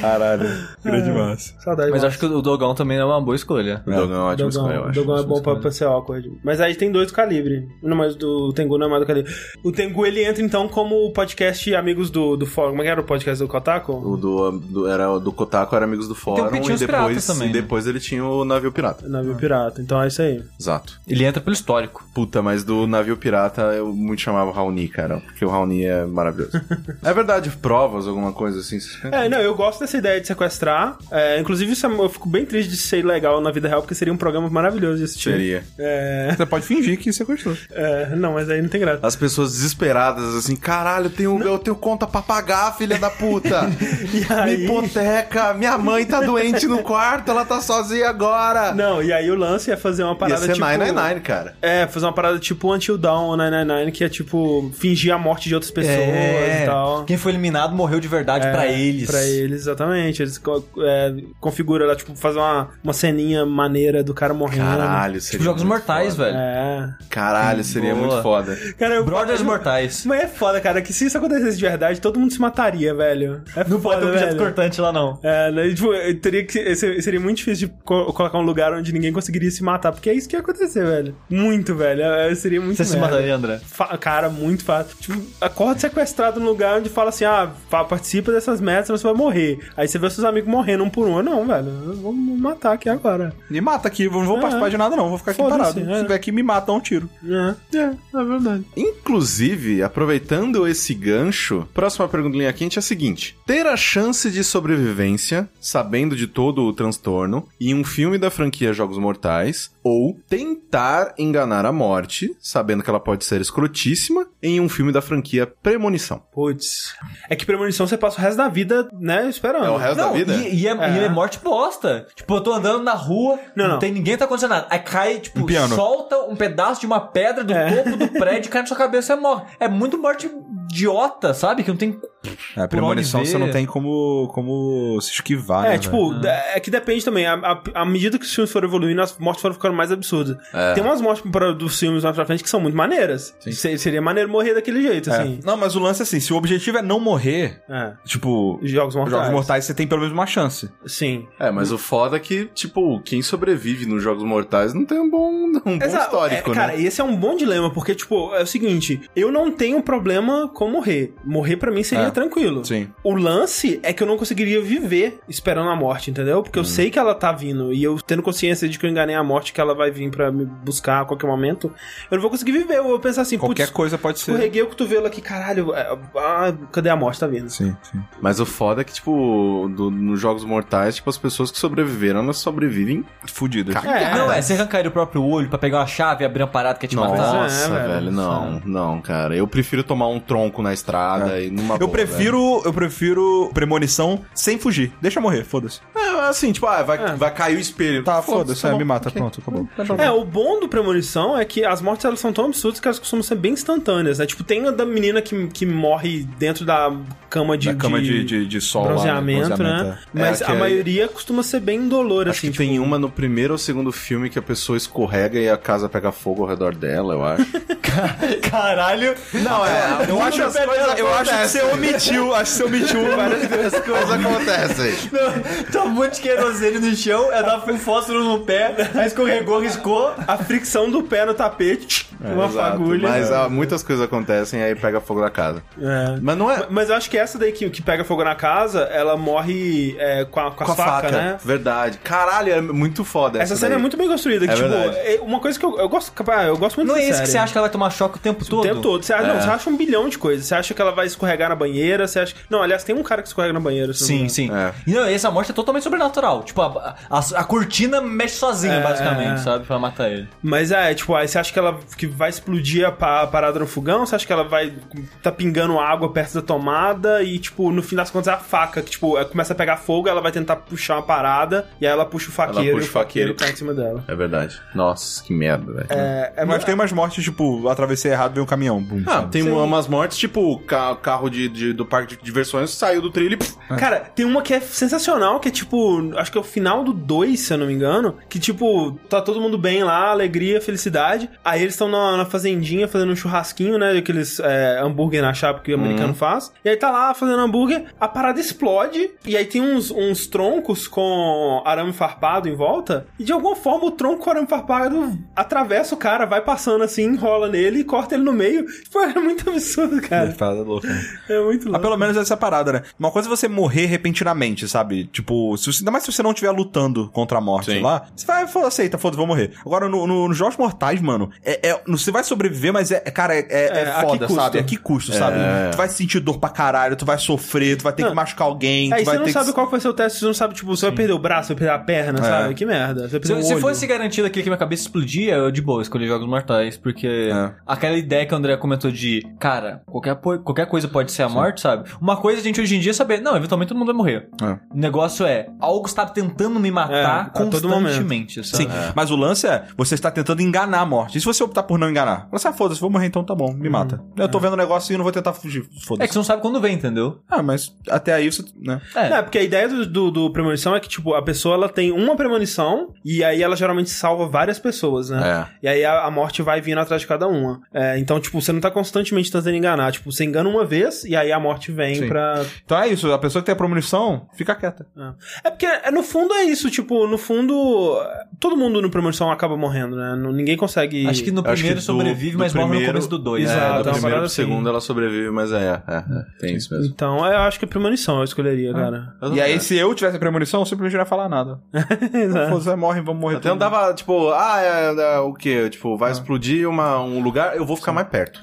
C: Caralho. Grande massa.
B: Saudade,
D: Mas
B: Márcio.
D: acho que o Dogão também é uma boa escolha.
A: O Dogão é uma ótima
B: Dogão,
A: escolha, eu acho.
B: Dogão é
A: Ótima
B: bom pra,
A: escolha.
B: pra ser awkward. Mas aí tem dois do calibre. Não, mas do, o Tengu não é mais do calibre. O Tengu, ele entra então como o podcast Amigos do, do Fórum. Como é que era o podcast do Kotaku?
A: O do, do- era, o do Kotaku era amigos do fórum e
D: Pitinhos
A: depois,
D: Piratas também,
A: e
D: né?
A: depois ele tinha o navio pirata.
B: Navio Pirata. Então é isso aí.
A: Exato.
D: Ele entra pelo histórico.
A: Puta, mas do navio pirata eu muito chamava o Raoni, cara. Porque o Raoni é maravilhoso. é verdade, provas, alguma coisa assim.
B: É, não, eu gosto dessa ideia de sequestrar. É, inclusive, isso é- eu fico bem triste de ser legal na vida real, porque seria um programa maravilhoso de assistir.
A: Seria.
B: É,
C: Você pode fingir que você gostou.
B: é, não, mas aí não tem graça.
A: As pessoas desesperadas, assim, caralho, eu tenho, eu tenho conta pra pagar, filha da puta.
B: E aí...
A: Me hipoteca, minha mãe tá doente no quarto, ela tá sozinha agora.
B: Não, e aí o lance é fazer uma
A: Ia
B: parada
A: ser
B: tipo...
A: 999, cara.
B: É, fazer uma parada tipo Until Dawn 999, que é tipo fingir a morte de outras É. pessoas e tal. É,
D: Quem foi eliminado morreu de verdade É. pra eles.
B: Pra eles, exatamente. Eles co- é, configuram lá, tipo, fazer uma, uma ceninha maneira do cara morrendo.
A: Caralho,
D: Tipo,
A: seria
D: Jogos
A: muito
D: Mortais,
A: foda.
D: velho.
B: É.
A: Caralho, seria
D: Boa.
A: muito foda.
B: Cara, eu,
D: Brothers
B: eu-
D: Mortais.
B: Mas é foda, cara, que se isso acontecesse de verdade, todo mundo se mataria, velho. É
D: Não
B: foda,
D: pode ter objeto
B: velho.
D: cortante lá, não.
B: É, né, tipo, eu teria que, ser- seria muito difícil de co- colocar um lugar onde ninguém conseguiria se matar, porque é isso que ia acontecer, velho. Muito, velho. É, seria muito
D: Você se
B: merda.
D: mataria, André?
B: Fa- Cara, muito fácil. Tipo, acorda sequestrado num lugar onde fala assim: ah, fa- participa dessas metas, senão você vai morrer. Aí você vê seus amigos morrendo um por um. Eu não, velho, vamos matar aqui agora.
C: Me mata aqui, eu não vou participar
A: É.
C: de nada, não. Vou ficar aqui
B: Foda-se,
C: parado.
A: né?
B: é.
C: Se tiver aqui, me mata, dá um tiro.
B: É, é, é verdade.
A: Inclusive, aproveitando esse gancho, próxima pergunta linha quente é a seguinte: ter a chance de sobrevivência, sabendo de todo o transtorno, em um filme da franquia Jogos Mortais, ou tentar enganar a morte, sabendo que ela pode ser escrotíssima, em um filme da franquia Premonição.
B: Putz. É que premonição você passa o resto da vida, né, esperando.
A: É o resto da
D: Não,
A: vida?
D: e, e é,
B: É.
D: e é morte bosta. Tipo, eu tô andando na rua,
B: Não,
D: não,
B: não.
D: tem ninguém, tá acontecendo nada. Aí cai, tipo,
C: Um piano.
D: solta um pedaço de uma pedra do
B: É.
D: topo do prédio, cai na sua cabeça e você morre. É muito morte idiota, sabe? Que não tem.
C: É,
D: premonição, você não tem
C: como, como se esquivar, né,
B: É, tipo, é que depende também. À, à- à medida que os filmes foram evoluindo, as mortes foram ficando mais absurdas. Tem umas mortes pra- dos filmes mais pra frente que são muito maneiras. Se- seria maneiro morrer daquele jeito, assim.
C: Não, mas o lance é assim, se o objetivo é não morrer,
B: É.
C: tipo,
B: Jogos mortais.
C: Jogos Mortais você tem pelo menos uma chance.
B: Sim.
A: É, mas o foda é que, tipo, quem sobrevive nos Jogos Mortais não tem um bom, um bom
B: Exato.
A: histórico,
B: É, cara,
A: né?
B: esse é um bom dilema, porque, tipo, é o seguinte, eu não tenho problema com morrer. Morrer pra mim seria ficaria tranquilo.
A: Sim.
B: O lance é que eu não conseguiria viver esperando a morte, entendeu? Porque eu sei que ela tá vindo e eu tendo consciência de que eu enganei a morte, que ela vai vir pra me buscar a qualquer momento, eu não vou conseguir viver. Eu vou pensar assim,
C: Qualquer
B: putz,
C: coisa pode ser.
B: escorreguei o cotovelo aqui, caralho, é, ah, cadê a morte? Tá vindo.
C: Sim, sim.
A: Mas o foda é que, tipo, do- nos Jogos Mortais, tipo, as pessoas que sobreviveram, elas sobrevivem.
C: Fudido.
B: É,
D: não, é, você arrancar o próprio olho pra pegar uma chave e abrir uma parada que ia te matar.
A: Nossa,
B: é, velho,
A: velho, Não, não, cara. Eu prefiro tomar um tronco na estrada e numa
C: É. Eu
A: boa,
C: prefiro, eu prefiro premonição sem fugir. Deixa eu morrer, foda-se.
A: velho. É, assim, tipo, ah, vai, vai cair o espelho.
C: Tá, foda-se,
A: tá
C: é,
A: bom.
C: me mata, pronto, acabou.
B: É, o bom do Premonição é que as mortes elas são tão absurdas que elas costumam ser bem instantâneas, né? Tipo, tem a da menina que, que morre dentro da cama de,
C: da cama de, de, de sol. lá, né?
B: bronzeamento, né?
C: Bronzeamento, é.
B: Mas
C: É,
B: a
C: que é-
B: maioria costuma ser bem indolor,
A: Acho
B: assim.
A: que
B: tipo,
A: tem uma no primeiro ou segundo filme que a pessoa escorrega e a casa pega fogo ao redor dela, eu acho.
B: é.
C: Caralho! Não, é. Eu acho,
A: Muitas coisas
C: eu acho que você
A: acontecem.
C: omitiu. Acho que você omitiu várias
A: As coisas acontecem.
D: Tá um monte de querosene no chão, é dar um fósforo no pé, aí escorregou, riscou.
B: A fricção do pé no tapete, uma
A: Exato,
B: fagulha.
A: Mas ah, muitas coisas acontecem aí pega fogo na casa.
B: É.
A: Mas não é.
B: Mas eu acho que essa daí que, que pega fogo na casa, ela morre é, com a, com a faca, né?
A: Verdade. Caralho, é muito foda.
B: Essa cena
A: daí.
B: é muito bem construída. Que,
A: É
B: tipo,
A: verdade.
B: é uma coisa que eu, eu gosto. capaz, Eu gosto muito
D: Não é
B: dessa
D: isso que
B: série.
D: você acha que ela vai tomar choque o tempo todo?
B: O tempo todo. Você acha,
A: É.
B: não, você acha um bilhão de coisas. Você acha que ela vai escorregar na banheira, você acha. Não, aliás, tem um cara que escorrega na banheira. se não me
D: Sim,
B: engano.
A: É.
D: sim. E não, essa morte é totalmente sobrenatural. Tipo, a, a, a cortina mexe sozinha,
B: É,
D: basicamente,
B: é.
D: sabe? Pra matar ele.
B: Mas é, tipo, aí você acha que ela que vai explodir a, pa- a parada no fogão? Você acha que ela vai tá pingando água perto da tomada? E, tipo, no fim das contas é a faca, que, tipo, ela começa a pegar fogo, ela vai tentar puxar uma parada, e aí ela puxa o faqueiro
A: puxa
B: e
A: o
B: o
A: faqueiro.
B: faqueiro cai em cima dela.
A: É verdade. Nossa, que merda, velho.
B: É, é
C: Mas tem umas mortes, tipo, atravessei errado, veio um caminhão. Bum,
A: Ah,
C: sabe?
A: tem umas mortes, tipo, o ca- carro de, de- do parque de diversões saiu do trilho e pff,
B: Cara, tem uma que é sensacional, que é tipo, acho que é o final do 2, se eu não me engano, que tipo, tá todo mundo bem lá, alegria, felicidade. Aí eles estão na, na fazendinha fazendo um churrasquinho, né? Aqueles é, hambúrguer na chapa que o americano faz. E aí tá lá fazendo hambúrguer, a parada explode, e aí tem uns, uns troncos com arame farpado em volta, e de alguma forma o tronco com arame farpado atravessa o cara, vai passando assim, enrola nele e corta ele no meio. Pô, é muito absurdo,
A: É.
B: cara.
C: Parada louca. né?
B: É muito
C: Mas
B: louco.
C: pelo menos essa é a parada, né? Uma coisa é você morrer repentinamente, sabe? Tipo, se você, ainda mais se você não estiver lutando contra a morte
A: Sim.
C: lá, você vai, fala, aceita, foda-se, vou morrer. Agora, no, no, nos Jogos Mortais, mano, é, é- você vai sobreviver, mas é, é, cara, é, é, é
B: É, a que
C: foda,
B: custo?
C: sabe? A que custo, sabe? Tu vai sentir dor pra caralho, tu vai sofrer, tu vai ter que
B: Não.
C: machucar alguém,
B: Aí
C: tu vai
B: você não
C: ter
B: sabe
C: que... É.
B: qual que vai ser o teste, você não sabe, tipo, você vai perder o braço, vai perder a perna, sabe? Que merda. Você vai perder
D: Se,
B: o
D: se
B: um olho.
D: fosse garantido aqui que minha cabeça explodia, eu de boa escolhi Jogos Mortais, porque
C: É.
D: aquela ideia que o André comentou de, cara, qualquer, po- qualquer coisa pode ser a morte, sabe? Uma coisa a gente hoje em dia é saber, não, eventualmente todo mundo vai morrer. O negócio é, algo está tentando me
B: É,
D: matar
B: a todo
D: constantemente, sabe?
C: Sim, mas o lance é, você está tentando enganar a morte. E se você optar por não enganar? Você, ah, foda-se, vou morrer então, tá bom, me
B: Uhum.
C: mata. Eu
B: É.
C: tô vendo o negócio e não vou tentar fugir,
D: É que
C: foda-se.
D: você não sabe quando vem, entendeu?
C: Ah, mas até aí você, né?
D: É.
B: Não, porque a ideia do, do, do premonição é que, tipo, a pessoa ela tem uma premonição e aí ela geralmente salva várias pessoas,
C: É.
B: né? E aí a, a morte vai vindo atrás de cada uma. É, então, tipo, você não tá constantemente tentando enganar. Tipo, você engana uma vez e aí a morte vem
C: Sim.
B: pra.
C: Então é isso, a pessoa que tem a premonição, fica quieta.
B: É porque, é, no fundo, é isso. Tipo, no fundo, todo mundo no premonição acaba morrendo, né? Não- Ninguém consegue.
D: Acho que no
A: Acho
D: primeiro
A: que do-
D: sobrevive,
A: do
D: mas morre no
A: primeiro-
D: começo do dois.
A: é,
B: Exato,
D: né?
B: é uma
A: do primeiro
B: parada
A: pro
B: assim.
A: segundo ela sobrevive, mas é, é, é, tem isso mesmo.
B: Então, eu acho que é premonição, eu
D: Ah.
B: escolheria, cara.
A: Eu não-
C: E aí, se eu tivesse a premonição, eu simplesmente não ia falar nada.
B: Exato.
C: Você morre, vamos morrer.
A: Até não dava, tipo, ah, é, é, o quê? Tipo,
B: Ah.
A: vai explodir uma, um lugar, eu vou ficar mais perto.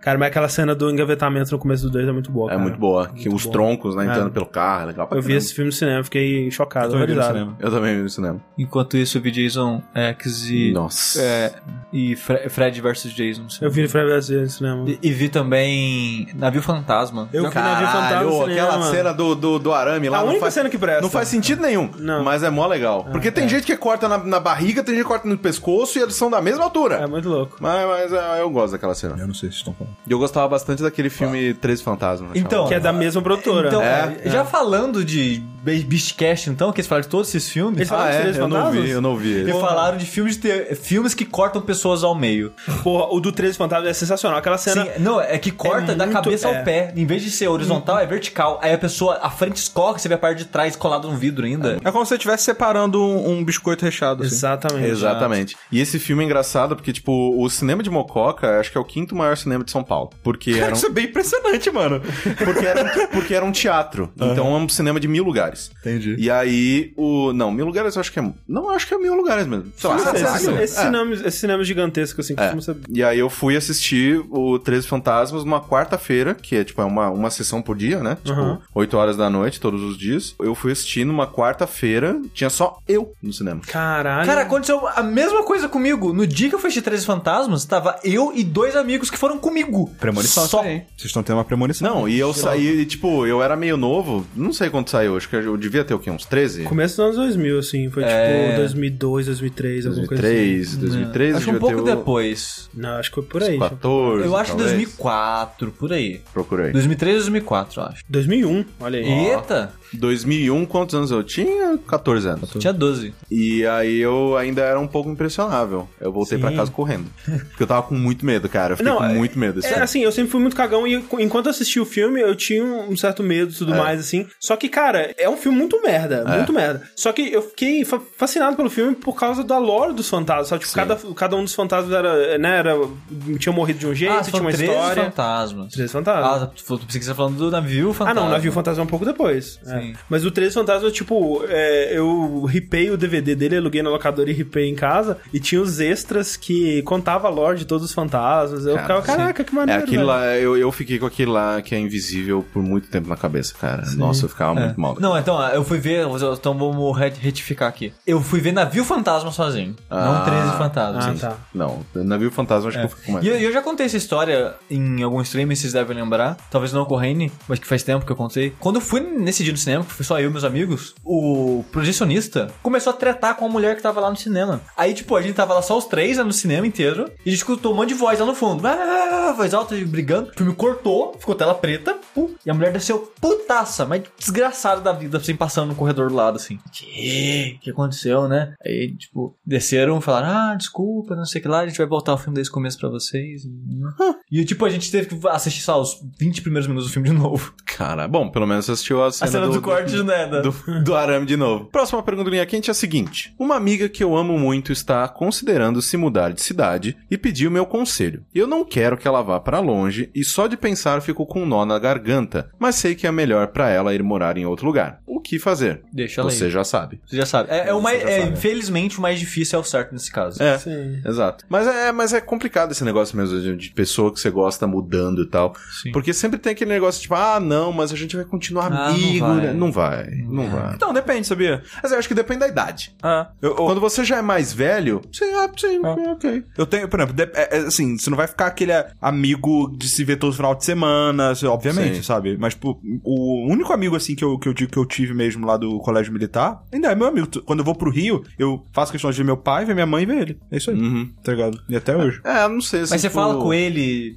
B: Cara, mas aquela cena do engavetamento no começo do 2 é muito boa.
A: é
B: cara.
A: muito boa. que os troncos, né, entrando pelo carro, é legal pra
B: Eu vi
A: caramba.
B: esse filme no cinema, fiquei chocado,
C: Eu também vi no
B: horrorizado.
C: cinema.
A: Eu também vi no cinema.
D: Enquanto isso, eu vi Jason X e,
A: Nossa.
D: é, e Fre- Fred versus Jason.
B: Eu vi no Fred no cinema.
D: E, e vi também Navio Fantasma.
B: Eu vi Navio Fantasma
A: Caralho,
B: no cinema.
A: aquela cena do, do, do arame lá.
B: A
A: não
B: única
A: faz-
B: cena que presta.
A: Não faz sentido nenhum.
B: Não.
A: Mas é mó legal. Porque tem gente que corta na, na barriga, tem gente que corta no pescoço e eles são da mesma altura.
B: É muito louco.
A: Mas, mas é, eu gosto daquela cena. Ah.
C: Eu não sei se estão falando.
A: E eu gostava bastante daquele filme 13 Fantasmas. né,
D: Então,
B: Que é da mesma produtora.
D: Então,
A: É?
D: já falando de Beastcast, então, que eles falaram de todos esses filmes.
B: Eles falaram
A: Ah,
B: dos
A: é?
B: Três
A: Eu não vi,
B: Fantasmas?
A: eu não vi.
D: E falaram de filmes de ter, filmes que cortam pessoas ao meio.
B: É. Porra, o do 13 Fantasmas é sensacional. Aquela cena.
D: Sim, não, é que corta da
B: muito-
D: cabeça
B: é.
D: ao pé. Em vez de ser horizontal, é vertical. Aí a pessoa, a frente escorre, você vê a parte de trás colada no vidro ainda.
C: É como se você estivesse separando um, um biscoito recheado. Assim.
B: Exatamente.
A: Exatamente. E esse filme é engraçado porque, tipo, o cinema de Mococa, acho que é o quinto maior cinema de São Paulo. Porque era um,
C: Isso é bem impressionante, mano.
A: porque era um, porque era um teatro. Então é um cinema de mil lugares. Entendi. E aí, o. Não, mil lugares eu acho que é. Não, acho que é mil lugares mesmo. Sei lá,
B: Nossa,
A: sei lá.
B: esse, esse
A: É.
B: cinema, esse cinema gigantesco, assim, costuma ser.
A: E aí eu fui assistir o 13 Fantasmas numa quarta-feira, que é tipo é uma, uma sessão por dia, né? Tipo,
B: Uhum.
A: 8 horas da noite, todos os dias. Eu fui assistir numa quarta-feira, tinha só eu no cinema.
B: Caralho.
D: Cara, aconteceu a mesma coisa comigo. No dia que eu fui assistir 13 Fantasmas, tava eu e dois amigos que foram comigo.
C: Premonição.
D: Só.
C: Vocês estão tendo uma premonição.
A: Não, e eu saí, e, tipo, eu era meio novo, não sei quando saiu, acho que eu devia ter o quê? Uns 13?
B: Começo dos anos 2000, assim. Foi
A: É.
B: tipo 2002, 2003, alguma coisa assim.
A: 2003, 2013,
D: Acho que um
A: devia ter
D: pouco
A: o-
D: depois.
B: Não, acho que foi por aí.
A: 14,
D: Eu acho
A: talvez.
D: 2004, por aí.
A: Procura aí.
D: 2003, 2004, eu acho.
B: 2001, olha aí.
D: Eita,
A: 2001, quantos anos eu tinha? 14 anos.
D: tinha 12.
A: E aí eu ainda era um pouco impressionável. Eu voltei pra casa correndo. Porque eu tava com muito medo, cara. Eu fiquei
B: Não,
A: com
B: é-
A: muito medo.
B: É,
A: sério.
B: assim, eu sempre fui muito cagão e co- enquanto eu assisti o filme, eu tinha um certo medo e
A: É.
B: tudo mais, assim. Só que, cara, é um filme muito merda, muito merda. Só que eu fiquei fa- fascinado pelo filme por causa da lore dos fantasmas. Sabe? Tipo, cada, cada um dos fantasmas era, né, era, tinha morrido de um jeito,
D: Ah,
B: tinha
D: foram
B: uma
D: 13
B: história.
D: fantasmas.
B: 13 fantasmas.
D: Ah, tu pensei que você tá falando do navio
B: Ah,
D: fantasma.
B: não, o Navio Fantasma é um pouco depois. É.
D: Sim.
B: Mas o 13 Fantasma, tipo, é, eu ripei o DVD dele, aluguei na locadora e ripei em casa. E tinha os extras que contava a lore de todos os fantasmas. Eu
A: Cara,
B: ficava, caraca, que maneiro.
A: É, aquilo
B: velho.
A: lá, eu, eu fiquei com aquilo lá que é invisível por muito tempo na cabeça, cara. Nossa, eu ficava muito mal.
D: Não, então, eu fui ver. Então vamos re- retificar aqui. Eu fui ver navio fantasma sozinho.
A: Ah.
D: não 13 fantasmas.
B: Ah, tá.
A: Não, navio fantasma acho que eu fico com mais.
D: E eu, e eu já contei essa história em algum stream, vocês devem lembrar. Talvez não com o Raine, mas que faz tempo que eu contei. Quando eu fui nesse dia no cinema, que foi só eu e meus amigos, o projecionista começou a tretar com a mulher que tava lá no cinema. Aí, tipo, a gente tava lá só os três né, no cinema inteiro e a gente escutou um monte de voz lá no fundo. Ah, voz alta, brigando. O filme cortou, ficou tela preta, pum, e a mulher desceu putaça, mas desgraçada da vida, assim, passando no corredor do lado, assim. Que que aconteceu, né? Aí, tipo, desceram e falaram, ah, desculpa, não sei o que lá, a gente vai voltar o filme desde o começo pra vocês. E, tipo, a gente teve que assistir só os 20 primeiros minutos do filme de novo.
A: Cara, bom, pelo menos você assistiu a cena,
D: a cena do, corte, né? da-
A: do, do arame de novo. Próxima pergunta do Linha Quente é a seguinte. Uma amiga que eu amo muito está considerando se mudar de cidade e pediu meu conselho. Eu não quero que ela vá pra longe e só de pensar fico com um nó na garganta, mas sei que é melhor pra ela ir morar em outro lugar. O que fazer?
D: Deixa ela
A: Você
D: aí.
A: já sabe.
D: Você já sabe. É, é o mais, é, infelizmente, o mais difícil é o certo nesse caso.
A: É.
B: Sim.
A: Exato. Mas é, mas é complicado esse negócio mesmo de, de pessoa que você gosta mudando e tal.
D: Sim.
A: Porque sempre tem aquele negócio tipo, ah, não, mas a gente vai continuar
D: Ah,
A: amigo.
D: não vai. É.
A: né? Não vai. Não vai.
C: Então, depende, sabia?
A: Mas eu acho que depende da idade.
C: Ah, eu, eu,
A: Quando você já é mais velho, sim, ah, sim, ok.
C: eu tenho, por exemplo, de- é- é assim, você não vai ficar aquele amigo de se ver todo final de semana, assim, obviamente,
A: Sim.
C: sabe? Mas, pô, o único amigo, assim, que eu, que eu digo que eu tive mesmo lá do colégio militar, ainda é meu amigo. Tu- Quando eu vou pro Rio, eu faço questão de ver meu pai, ver minha mãe e ver ele. É isso aí,
A: Uhum.
C: tá ligado? E até hoje.
A: É, eu não sei.
D: Mas você fala com ele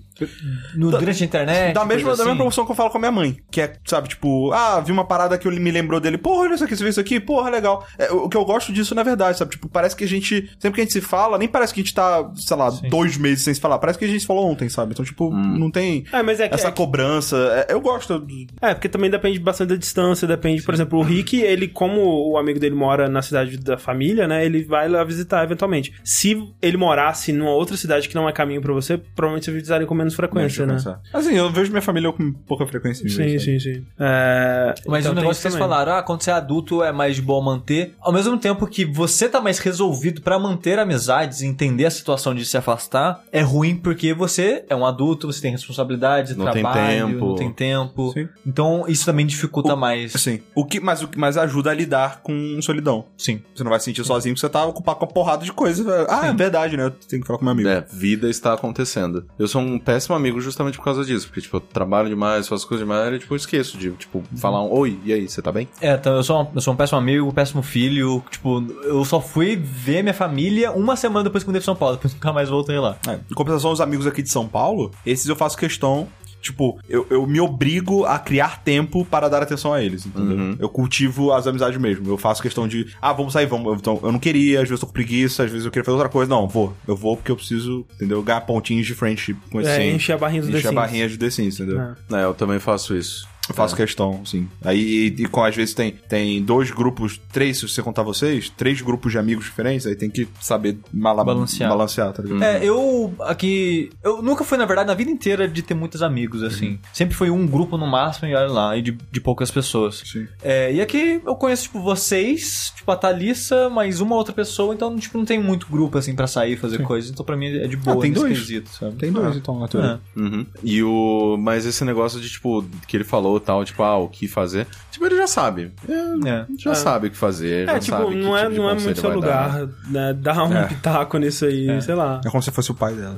D: no, durante a
B: É,
D: internet?
C: Da mesma,
D: coisa
C: da mesma
D: assim?
C: promoção que eu falo com a minha mãe. Que é, sabe, tipo, ah, vi uma parada que eu me lembrou dele. Porra, olha isso aqui, você viu isso aqui? Porra, legal. É, o que eu gosto disso, na verdade, sabe? Tipo, parece que a gente. Sempre que a gente se fala, nem parece que a gente tá, sei lá, dois meses sem se falar. Parece que a gente se falou ontem, sabe? Então, tipo, não tem
B: É, mas é que,
C: essa
B: é, que-
C: cobrança. É, eu gosto. do-
B: é, porque também depende bastante da distância, depende, por exemplo, o Rick, ele, como o amigo dele mora na cidade da família, né, ele vai lá visitar eventualmente. Se ele morasse numa outra cidade que não é caminho pra você, provavelmente você visitaria com menos frequência, né?
C: Assim, eu vejo minha família com pouca frequência. né. mesmo,
B: Sim,
C: sabe?
B: sim, sim. É,
D: Mas
B: então tem
D: o
B: isso
D: negócio que vocês
B: também.
D: falaram, ah, quando você é adulto é mais de boa manter. Ao mesmo tempo que você tá mais resolvido pra manter amizades, entender a situação de se afastar, é ruim porque você é um adulto, você tem responsabilidade,
A: Não tem
D: trabalho,
A: tempo.
D: não tem tempo.
C: Sim.
D: Então isso também dificulta
C: O-
D: mais.
C: Assim, o que, mas, o que- mas ajuda a lidar com solidão.
D: Sim.
C: Você não vai se sentir sozinho porque você tá ocupado com uma porrada de coisa. Ah, é verdade, né? Eu tenho que falar com meu amigo.
A: É, vida está acontecendo. Eu sou um péssimo amigo justamente por causa disso. Porque, tipo, eu trabalho demais, faço coisas demais e, tipo, esqueço de, tipo,
B: Uhum.
A: falar um oi, e aí, você tá bem?
D: É, então eu sou, um, eu sou um péssimo amigo, um péssimo filho. Tipo, eu só fui ver minha família uma semana depois que eu mudei pra São Paulo, depois nunca mais voltei lá.
C: É, Em compensação, os amigos aqui de São Paulo, esses eu faço questão Tipo, eu, eu me obrigo a criar tempo para dar atenção a eles, entendeu? Eu cultivo as amizades mesmo. Eu faço questão de, ah, vamos sair, vamos. Então, eu não queria, às vezes eu tô com preguiça, às vezes eu queria fazer outra coisa. Não, vou. Eu vou porque eu preciso, entendeu? Ganhar pontinhos de friendship com esse
B: É,
C: gente.
B: enche a barrinha do The
C: Encher a
B: Sims.
C: barrinha de The Sims, entendeu?
B: É.
A: É, eu também faço isso.
C: Eu faço questão, sim. Aí, e, e com, às vezes tem, tem dois grupos, três, se você contar vocês, três grupos de amigos diferentes, aí tem que saber mala-
D: Balancear.
C: balancear tá ligado?
D: É, eu aqui. Eu nunca fui, na verdade, na vida inteira de ter muitos amigos, assim.
C: Uhum.
D: Sempre foi um grupo no máximo, e olha lá, e de, de poucas pessoas.
C: Sim.
D: É, e aqui eu conheço, tipo, vocês, tipo, a Thalissa, mais uma outra pessoa, então, tipo, não tem muito grupo, assim, pra sair e fazer coisas. Então, pra mim, é de boa,
C: Ah, tem
D: nesse
C: dois.
D: quesito, sabe?
C: Tem dois, então, na teoria.
A: Uhum. E o. Mas esse negócio de, tipo, que ele falou tal, tipo, ah, o que fazer. Tipo, ele já sabe. É,
D: É. É.
A: já sabe o que fazer.
B: É,
A: já
B: tipo,
A: sabe que
B: não é,
A: tipo de
B: não é
A: conselho
B: muito seu
A: vai dar, né?
B: lugar, né? Dar um pitaco nisso aí, sei lá.
C: É como se fosse o pai dela.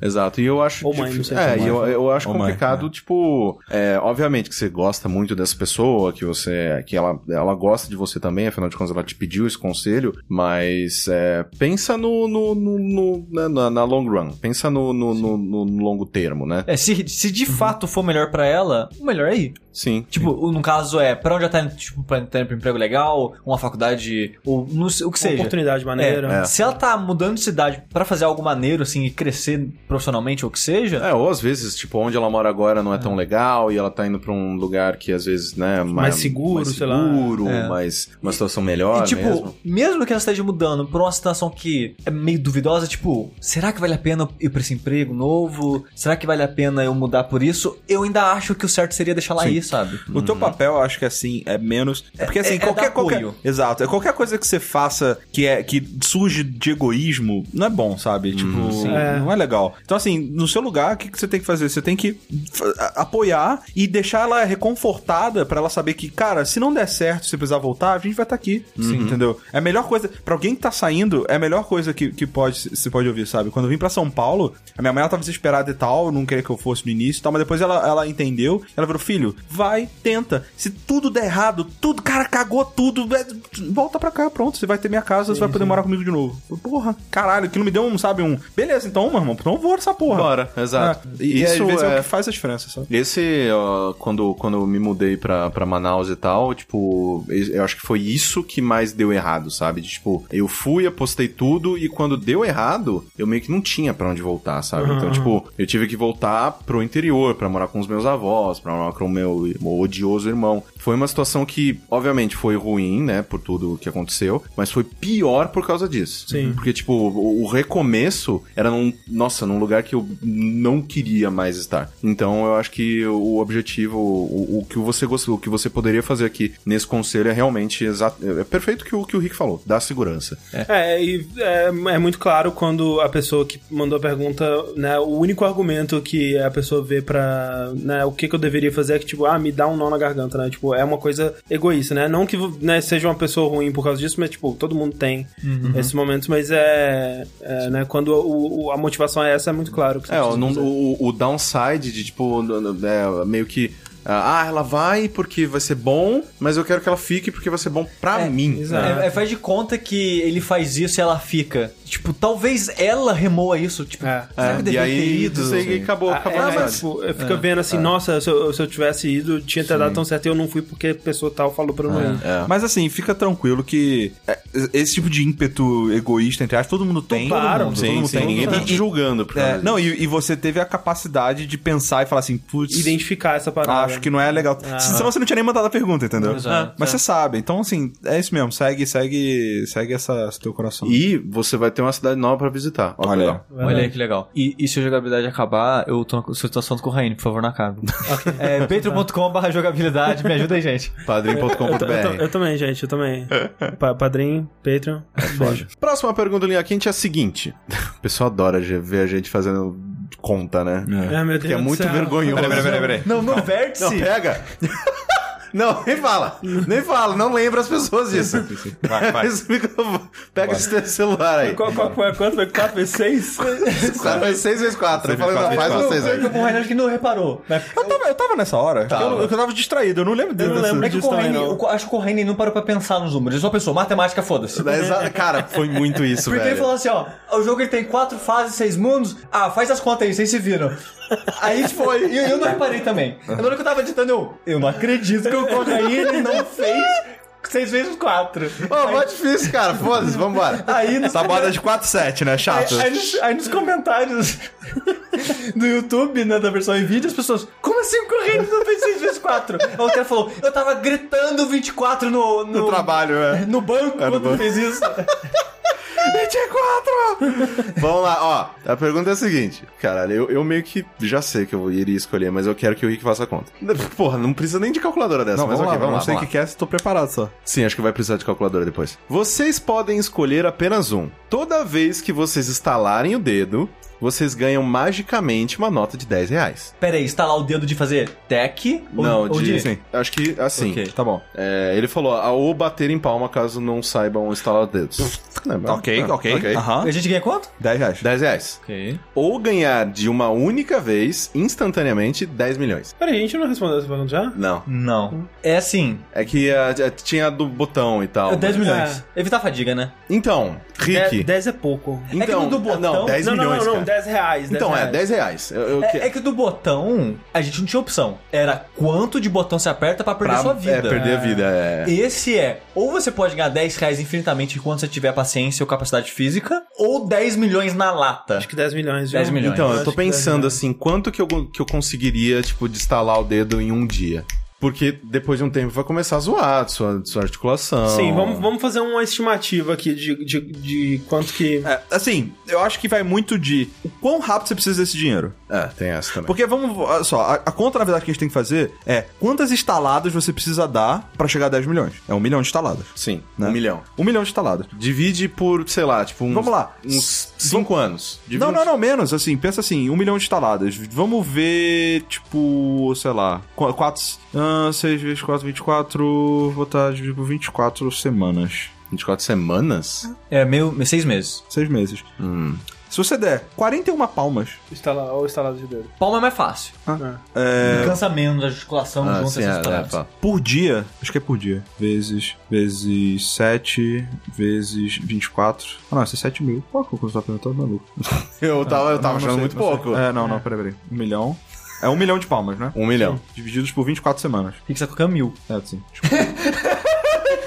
A: Exato. E eu acho.
B: Ou mãe, não sei
A: difícil- é,
B: como
A: e eu, eu acho
C: Ou mãe,
A: complicado, tipo. É, obviamente que você gosta muito dessa pessoa, que você. que ela, ela gosta de você também, afinal de contas, ela te pediu esse conselho, mas é, pensa no. no, no, no- né, na, na long run. Pensa no, no, no- no- no longo termo, né?
D: É, se, se de
C: Uhum.
D: fato for melhor pra ela, o melhor é ir.
A: Sim.
D: Tipo, no caso é, pra onde ela tá indo, tipo, pra entrar pra um emprego legal, uma faculdade, ou no- o que
B: Uma
D: seja.
B: oportunidade maneira. né?
A: É.
D: Se ela tá mudando de cidade pra fazer algo maneiro, assim, e crescer profissionalmente ou o que seja,
A: É, ou às vezes, tipo, onde ela mora agora não é tão legal e ela tá indo pra um lugar que às vezes, né, mais,
B: seguro, sei lá.
A: seguro,
D: É.
A: mais uma situação melhor
D: e, tipo,
A: É, mesmo.
D: mesmo. que ela esteja mudando pra uma situação que é meio duvidosa, tipo, será que vale a pena eu ir pra esse emprego novo? Será que vale a pena eu mudar por isso? Eu ainda acho que o certo seria deixar ela ir, sabe?
C: O teu papel, eu acho que assim, é menos. É porque assim,
D: Uhum. é- é
C: qualquer,
D: dar
C: qualquer.
D: apoio.
C: Exato. É qualquer coisa que você faça que, é, que surge de egoísmo, não é bom, sabe?
D: Uhum.
C: tipo,
B: É.
C: não é legal. Então, assim, no seu lugar, o que, que você tem que fazer? Você tem que f- a- apoiar e deixar ela reconfortada pra ela saber que, cara, se não der certo, se precisar voltar, a gente vai estar aqui.
D: Uhum.
C: Sim. Entendeu? É a melhor coisa. Pra alguém que tá saindo, é a melhor coisa que, que pode, se pode ouvir, sabe? Quando eu vim pra São Paulo, a minha mãe ela tava desesperada e tal, não queria que eu fosse no início e tal, mas depois ela, ela entendeu. Ela falou: filho, vai, tenta. Se tudo der errado, tudo, cara, cagou tudo, é, volta pra cá, pronto. Você vai ter minha casa, você vai poder morar comigo de novo. Eu, Porra, caralho, que não me deu um, sabe, um. Beleza, então, meu irmão, então eu vou nessa porra.
A: Bora, exato.
C: É, e isso às vezes é...
A: é-
C: o que faz a diferença, sabe?
A: Esse, ó, quando, quando eu me mudei pra, pra Manaus e tal, tipo, eu acho que foi isso que mais deu errado, sabe? De, tipo, eu fui, apostei tudo e quando deu errado, eu meio que não tinha pra onde voltar, sabe? Então, tipo, eu tive que voltar pro interior pra morar com os meus avós, pra morar com o meu odioso irmão. Foi uma situação que, obviamente, foi ruim, né, por tudo que aconteceu, mas foi pior por causa disso.
B: Sim.
A: Porque, tipo, o, o recomeço era num. Nossa, num lugar que eu não queria mais estar. Então eu acho que o objetivo, o, o que você gostou, o que você poderia fazer aqui nesse conselho é realmente exato. É perfeito que o que o Rick falou, dá segurança.
B: É, e é, é muito claro quando a pessoa que mandou a pergunta, né, o único argumento que a pessoa vê pra, né, o que, que eu deveria fazer é que, tipo, ah, me dá um nó na garganta, né, tipo, é uma coisa egoísta, né, não que, né, seja uma pessoa ruim por causa disso, mas, tipo, todo mundo tem esses momentos, mas é, é, né, quando o- o- a motivação é essa, é muito claro. que você
A: É, ó,
B: precisa
A: não-
B: fazer.
A: o, o downside de tipo, n- n- é, meio que. Ah, ela vai porque vai ser bom, mas eu quero que ela fique porque vai ser bom pra
D: É,
A: mim. né?
B: exato.
D: É, é, faz de conta que ele faz isso e ela fica. Tipo, talvez ela remoa isso. Tipo,
B: É.
D: será que eu
A: e
D: deveria ter
A: aí,
D: ido?
A: isso aí acabou,
B: Ah,
A: acabou
B: é,
A: a amizade.
B: mas, tipo, eu fico vendo assim, nossa, se eu, se eu tivesse ido, tinha ter dado tão certo e eu não fui porque a pessoa tal falou pra eu não ir.
C: Mas assim, fica tranquilo que é, esse tipo de ímpeto egoísta, entre aspas, todo mundo tem.
B: Claro,
C: todo mundo,
A: Sim,
C: todo mundo
A: sim,
C: tem.
A: ninguém tá
C: E-
A: te julgando. Por
C: É,
A: causa
C: não, e, e você teve a capacidade de pensar e falar assim,
A: É.
C: putz,
B: Identificar essa parada.
C: acho que não é legal. Se- Senão você não tinha nem mandado a pergunta, entendeu?
D: Exato.
C: Mas você sabe, então assim, é isso mesmo, segue, segue, segue essa, esse teu coração.
A: E você vai ter uma cidade nova pra visitar. Olha,
C: Olha aí.
A: legal.
D: Olha aí que legal. E, e se a jogabilidade acabar, eu tô na situação do Corraine, por favor, na cara. É, patreon.com.br jogabilidade, me ajuda aí, gente.
B: Eu, ta-
A: Padrim.com.br.
B: eu também, gente, eu também. Pa padrinho, Patreon.
A: É
B: Beijo.
A: Próxima pergunta linha quente é a seguinte. O pessoal adora ge- ver a gente fazendo conta, né?
B: Ah, meu Deus.
A: Porque é
B: do
A: muito
B: céu.
A: vergonhoso.
C: Peraí, peraí, peraí, peraí.
D: Não, no vértice.
A: Não, pega! Não, nem fala. Nem fala. Não lembra as pessoas disso.
E: Vai, vai.
A: Esse microfone- Pega esse teu celular aí.
B: Qual, qual foi a quanto? Foi 4 vezes 6?
A: 4 vezes 6 vezes 4. Eu falei, não, faz um vocês aí.
D: O Reinaldo que não reparou. né?
C: Eu tava, eu tava nessa hora.
A: Tá.
C: Acho que Eu, eu tava distraído, eu não lembro dele.
D: Eu não
C: dessa-
D: lembro. É que o
C: disso também,
D: Corrêne,
C: não.
D: eu acho que o Corrêne não parou pra pensar nos números. Ele só pensou, matemática, foda-se.
A: Da Né? exa- Cara, foi muito é isso,
D: Porque ele
A: velho.
D: falou assim, ó, o jogo ele tem quatro fases, seis mundos, ah, faz as contas aí, vocês se viram. Aí, tipo, e eu, eu não reparei também. Na hora que eu tava editando, eu, eu não acredito que o Corrêne não fez seis vezes quatro.
A: Ô, mó difícil, cara. Foda-se, vambora.
D: Aí, nos
A: Tá
C: Essa borda de 4-7, né? Chato.
D: Aí, aí nos, aí nos comentários do YouTube, né, da versão em vídeo, as pessoas, como assim o Correio não fez 6 vezes 4? Aí o cara falou, eu tava gritando 24 no, no,
C: No trabalho, é.
D: no banco quando
C: banco.
D: fez isso.
C: 24!
A: Vamos lá, ó. A pergunta é a seguinte. Caralho, eu, eu meio que já sei que eu iria escolher, mas eu quero que o Rick faça a conta. Porra, não precisa nem de calculadora dessa,
C: Não,
A: mas
C: vamos lá,
A: ok, vamos lá.
C: não sei o
A: vamos
C: que
A: lá.
C: que é, se tô preparado só.
A: Sim, acho que vai precisar de calculadora depois. Vocês podem escolher apenas um. Toda vez que vocês estalarem o dedo, vocês ganham magicamente uma nota de 10 reais.
D: Pera aí, instalar o dedo de fazer tech? ou-
A: não,
D: ou
A: de. Acho que assim.
C: Tá bom.
A: É, ele falou, ah, ou bater em palma caso não saibam instalar os dedos. Não, mas-
C: Ok,
A: ah,
C: ok. Aham.
D: A gente ganha quanto?
C: 10 reais.
A: 10 reais.
E: Ok.
A: Ou ganhar de uma única vez, instantaneamente, 10 milhões.
B: Peraí, a gente não respondeu essa pergunta já?
A: Não.
D: Não. É assim,
A: É que ah, ah, tinha a do botão e tal.
D: é 10
A: mas-
D: milhões. Evitar a fadiga, né?
A: Então, Rick.
B: 10 é pouco.
A: então,
D: É que no do botão-
A: Não, 10
B: não,
A: milhões.
B: não, não, não,
A: cara.
B: 10 reais. 10
A: Então, é,
B: reais.
A: 10 reais. Eu, eu que-
D: É, é que do botão, a gente não tinha opção. Era quanto de botão você aperta pra perder
A: pra-
D: sua vida.
A: É, perder a vida. É.
D: Esse é, ou você pode ganhar 10 reais infinitamente enquanto você tiver paciência ou capacidade física, ou 10 milhões na lata.
B: Acho que 10 milhões, viu?
D: 10 milhões.
A: Então, eu
B: Acho
A: tô
B: que dez
A: pensando
B: milhões.
A: assim, quanto que eu, que eu conseguiria, tipo, de estalar o dedo em um dia? Porque depois de um tempo vai começar a zoar sua, sua articulação.
B: Sim, vamos, vamos fazer uma estimativa aqui de, de, de quanto que.
C: É, assim, eu acho que vai muito de o quão rápido você precisa desse dinheiro.
A: É, tem essa também.
C: Porque vamos. Olha só, a, a conta, na verdade, que a gente tem que fazer é quantas estaladas você precisa dar pra chegar a 10 milhões. É um milhão de estaladas.
A: Sim,
C: Né?
A: um milhão.
C: Um milhão de estaladas.
A: Divide por, sei lá, tipo, uns,
C: Vamos lá.
A: uns cinco anos. Divide
C: Não,
A: uns-
C: não, não, menos, assim, pensa assim, um milhão de estaladas. Vamos ver, tipo, sei lá, qu- quatro. ah, seis vezes quatro, 24. Vou tipo, estar dividido por 24 semanas.
A: 24 semanas?
D: É, meio, seis meses.
C: Seis meses.
A: Hum.
C: Se você der 41 palmas,
B: Instalar, ou instalado de dedo.
D: Palma é mais fácil.
B: Ah.
C: é,
A: Uhum.
D: Cansa menos, a articulação
A: Ah,
D: junta
A: sim,
D: essas
A: é, é,
D: paradas.
A: tá.
C: por dia, acho que é por dia, vezes, vezes 7, vezes 24. Ah, não, isso é 7 mil. Pô, como você tá perguntando, maluco.
A: Eu tava, Ah, eu tava
C: Não, não
A: achando
C: sei,
A: muito
C: não sei.
A: pouco.
C: É, não, não, peraí, peraí. Um milhão. É um milhão de palmas, né?
A: Um milhão.
C: Divididos por 24 semanas.
D: Tem que ser com mil.
C: É, sim.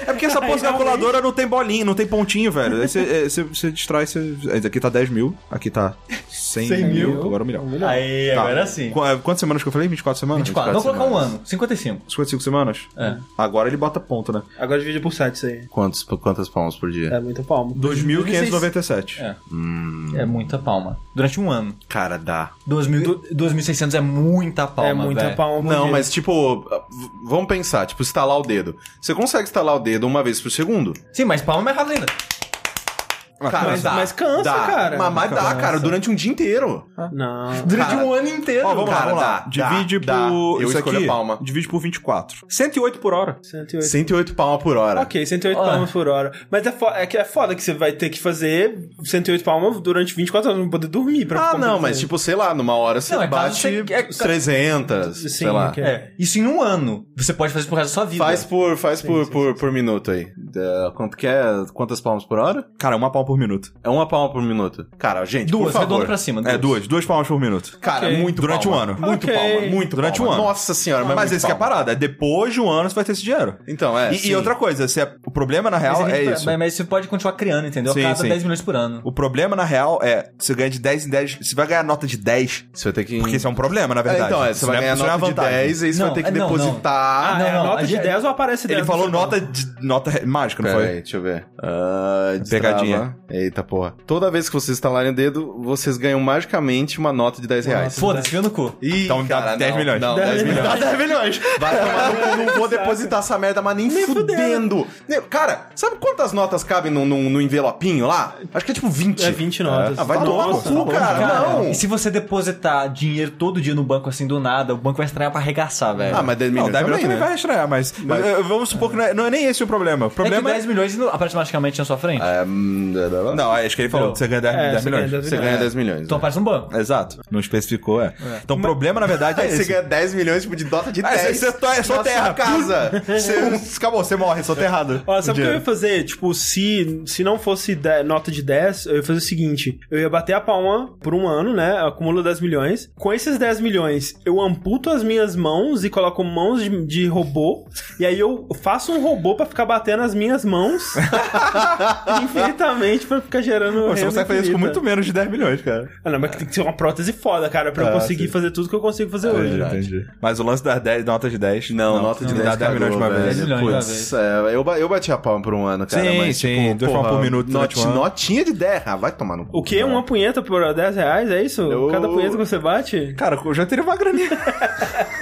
C: É porque essa porra de calculadora não tem bolinha, não tem pontinho, velho. Aí você- é, você você distrai, você. é, Aqui tá 10 mil, aqui tá 100, mil, agora um milhão.
D: Aí,
C: Tá.
D: agora sim.
C: Qu- é, Quantas semanas que eu falei? 24 semanas?
D: 24. Vamos colocar um
A: semanas.
D: ano. 55.
C: 55 semanas?
D: É.
C: Agora ele bota ponto, né?
B: Agora divide por 7 isso aí.
A: Quantos, quantas palmas por dia?
B: É muito palmo.
C: 2.597.
D: É. É muita palma. Durante um ano.
A: Cara, dá.
D: Dois mil- 2.600 é muita palma,
B: é muita
D: velho.
B: palma. por
A: Não,
B: dia.
A: mas tipo, v- vamos pensar, tipo, estalar o dedo. Você consegue estalar o dedo uma vez por segundo?
D: Sim, mas palma é mais rápido ainda.
A: Cara,
B: Mas, mas cansa, cara.
A: Mas, mas dá, cara, durante um dia inteiro.
B: Não.
D: Durante
A: Cara,
D: um ano inteiro.
C: Ó, vamos
A: Cara,
C: lá, vamos lá.
A: dá,
C: divide
A: dá,
C: por.
A: dá. Eu
C: isso
A: escolho
C: aqui,
A: a palma.
C: Divide por 24. 108 por hora.
B: 108.
A: 108 palmas por hora.
B: Ok, 108 palmas por hora. Mas é, fo- é que é foda que você vai ter que fazer 108 palmas durante 24 horas, não poder dormir pra
A: Ah, não, mas tipo, sei lá, numa hora você
D: Não, é caso
A: bate
D: você- é caso-
A: 300,
B: Sim,
A: sei lá.
B: ok.
D: É, isso em um ano. Você pode fazer isso pro resto da sua vida.
A: Faz por, faz por, por, por minuto aí. Da- quanto que é? Quantas palmas por hora?
C: Cara, uma palma por minuto.
A: É uma palma por minuto. Cara, gente, por
D: duas,
A: favor.
D: redondo pra cima.
C: É, duas. Duas palmas por minuto.
A: Cara,
B: Ok.
A: muito
C: Durante
A: palma.
C: um ano.
A: Muito
B: Ok.
A: palma, muito
C: Durante
A: palma.
C: um ano.
A: Nossa senhora, mas,
C: Mas
A: muito
C: esse que é a
A: palma.
C: parada. É depois de um ano você vai ter esse dinheiro.
A: Então, é.
C: E- e,
A: sim.
C: outra coisa, se é- o problema na real
D: mas,
C: é
D: gente- tá-
C: isso.
D: mas- mas você pode continuar criando, entendeu?
C: Sim,
D: Cada
C: sim.
D: 10 milhões por ano.
C: O problema na real é você ganha de 10 em 10. Você vai ganhar nota de 10,
A: Você vai ter que.
C: porque isso é um problema, na verdade.
A: É, então, é, você
C: Isso
A: vai
C: não é-
A: ganhar
C: isso não é
A: nota de
C: vantagem.
A: 10 e você
D: Não,
A: vai ter que
D: é, não, não.
B: Ah,
A: depositar.
B: é
D: não,
B: nota
D: a
B: de
D: gente-
A: é
B: 10 ou aparece 10?
C: Ele falou nota de nota mágica, não
A: Pera
C: foi?
A: aí, deixa eu ver. Ah,
C: Pegadinha.
A: destrava. Eita porra. Toda vez que vocês estalarem o dedo, vocês ganham magicamente uma nota de 10 reais.
D: Foda-se, viu no cu.
A: Ih,
C: Então dá
E: Cara,
C: 10
E: não,
C: milhões.
E: Não,
B: É,
E: 10 milhões.
A: Dá 10 milhões. Vai tomar no cu, não vou depositar essa merda, mas nem fudendo. Cara, sabe quantas notas cabem num, num, num envelopinho lá? Acho que é tipo 20.
B: É 20 notas.
A: Ah, vai tomar no
B: Nossa,
A: cu, cara. Não.
D: E se você depositar dinheiro todo dia no banco assim do nada, o banco vai estranhar pra arregaçar, velho. É
A: Ah, mas 10
C: Não,
A: milhões
C: 10 milhões
A: também,
C: também
A: né?
C: vai estranhar, mas, mas, eh, vamos supor que não é, não é nem esse o problema. O
D: É que
C: problema é.
D: 10 milhões não aparece magicamente na sua frente.
A: Ah,
C: Não, acho que ele falou,
D: Não.
C: você ganha 10,
B: É,
C: 10
B: você
C: milhões.
B: ganha 10
A: né? Você ganha 10 milhões.
D: Então
A: né?
D: aparece um banco.
C: Exato. Não especificou, é. Então o problema, na verdade, é
A: Aí você
C: esse.
A: ganha 10 milhões tipo, de nota de
C: Ah,
A: 10.
C: você- você é só
A: na
C: terra.
A: sua casa.
C: Você, acabou, você morre, soterrado.
B: Ó, sabe o que eu
C: Dinheiro.
B: ia fazer? Tipo, se, se não fosse de- nota de 10, eu ia fazer o seguinte: eu ia bater a palma por um ano, né? Acumulo 10 milhões. Com esses 10 milhões, eu amputo as minhas mãos e coloco mãos de, de robô. E aí eu faço um robô pra ficar batendo as minhas mãos infinitamente pra ficar gerando.
C: Pô, Você
B: renda
C: consegue fazer isso com
B: infinita.
C: muito menos de 10 milhões, cara.
B: Ah, não, mas tem que ser uma prótese foda, cara, pra eu conseguir fazer tudo que eu consigo fazer hoje.
C: Ah, É, Entendi. Mas o lance das 10, notas de 10.
A: Não, nota de
C: não
A: 10
C: dá 10 milhões de uma vez.
D: 10 milhões de uma
A: Putz, é, eu, ba- eu bati a palma por um ano, cara.
C: Sim,
A: mas,
C: sim,
A: tipo,
C: dois palmas por minuto durante
A: Not,
C: um ano.
A: notinha de 10. Ah, vai tomar no cu.
B: O quê? Uma punheta por 10 reais? É isso?
A: Eu-
B: Cada punheta que você bate?
C: Cara, eu já teria uma graninha.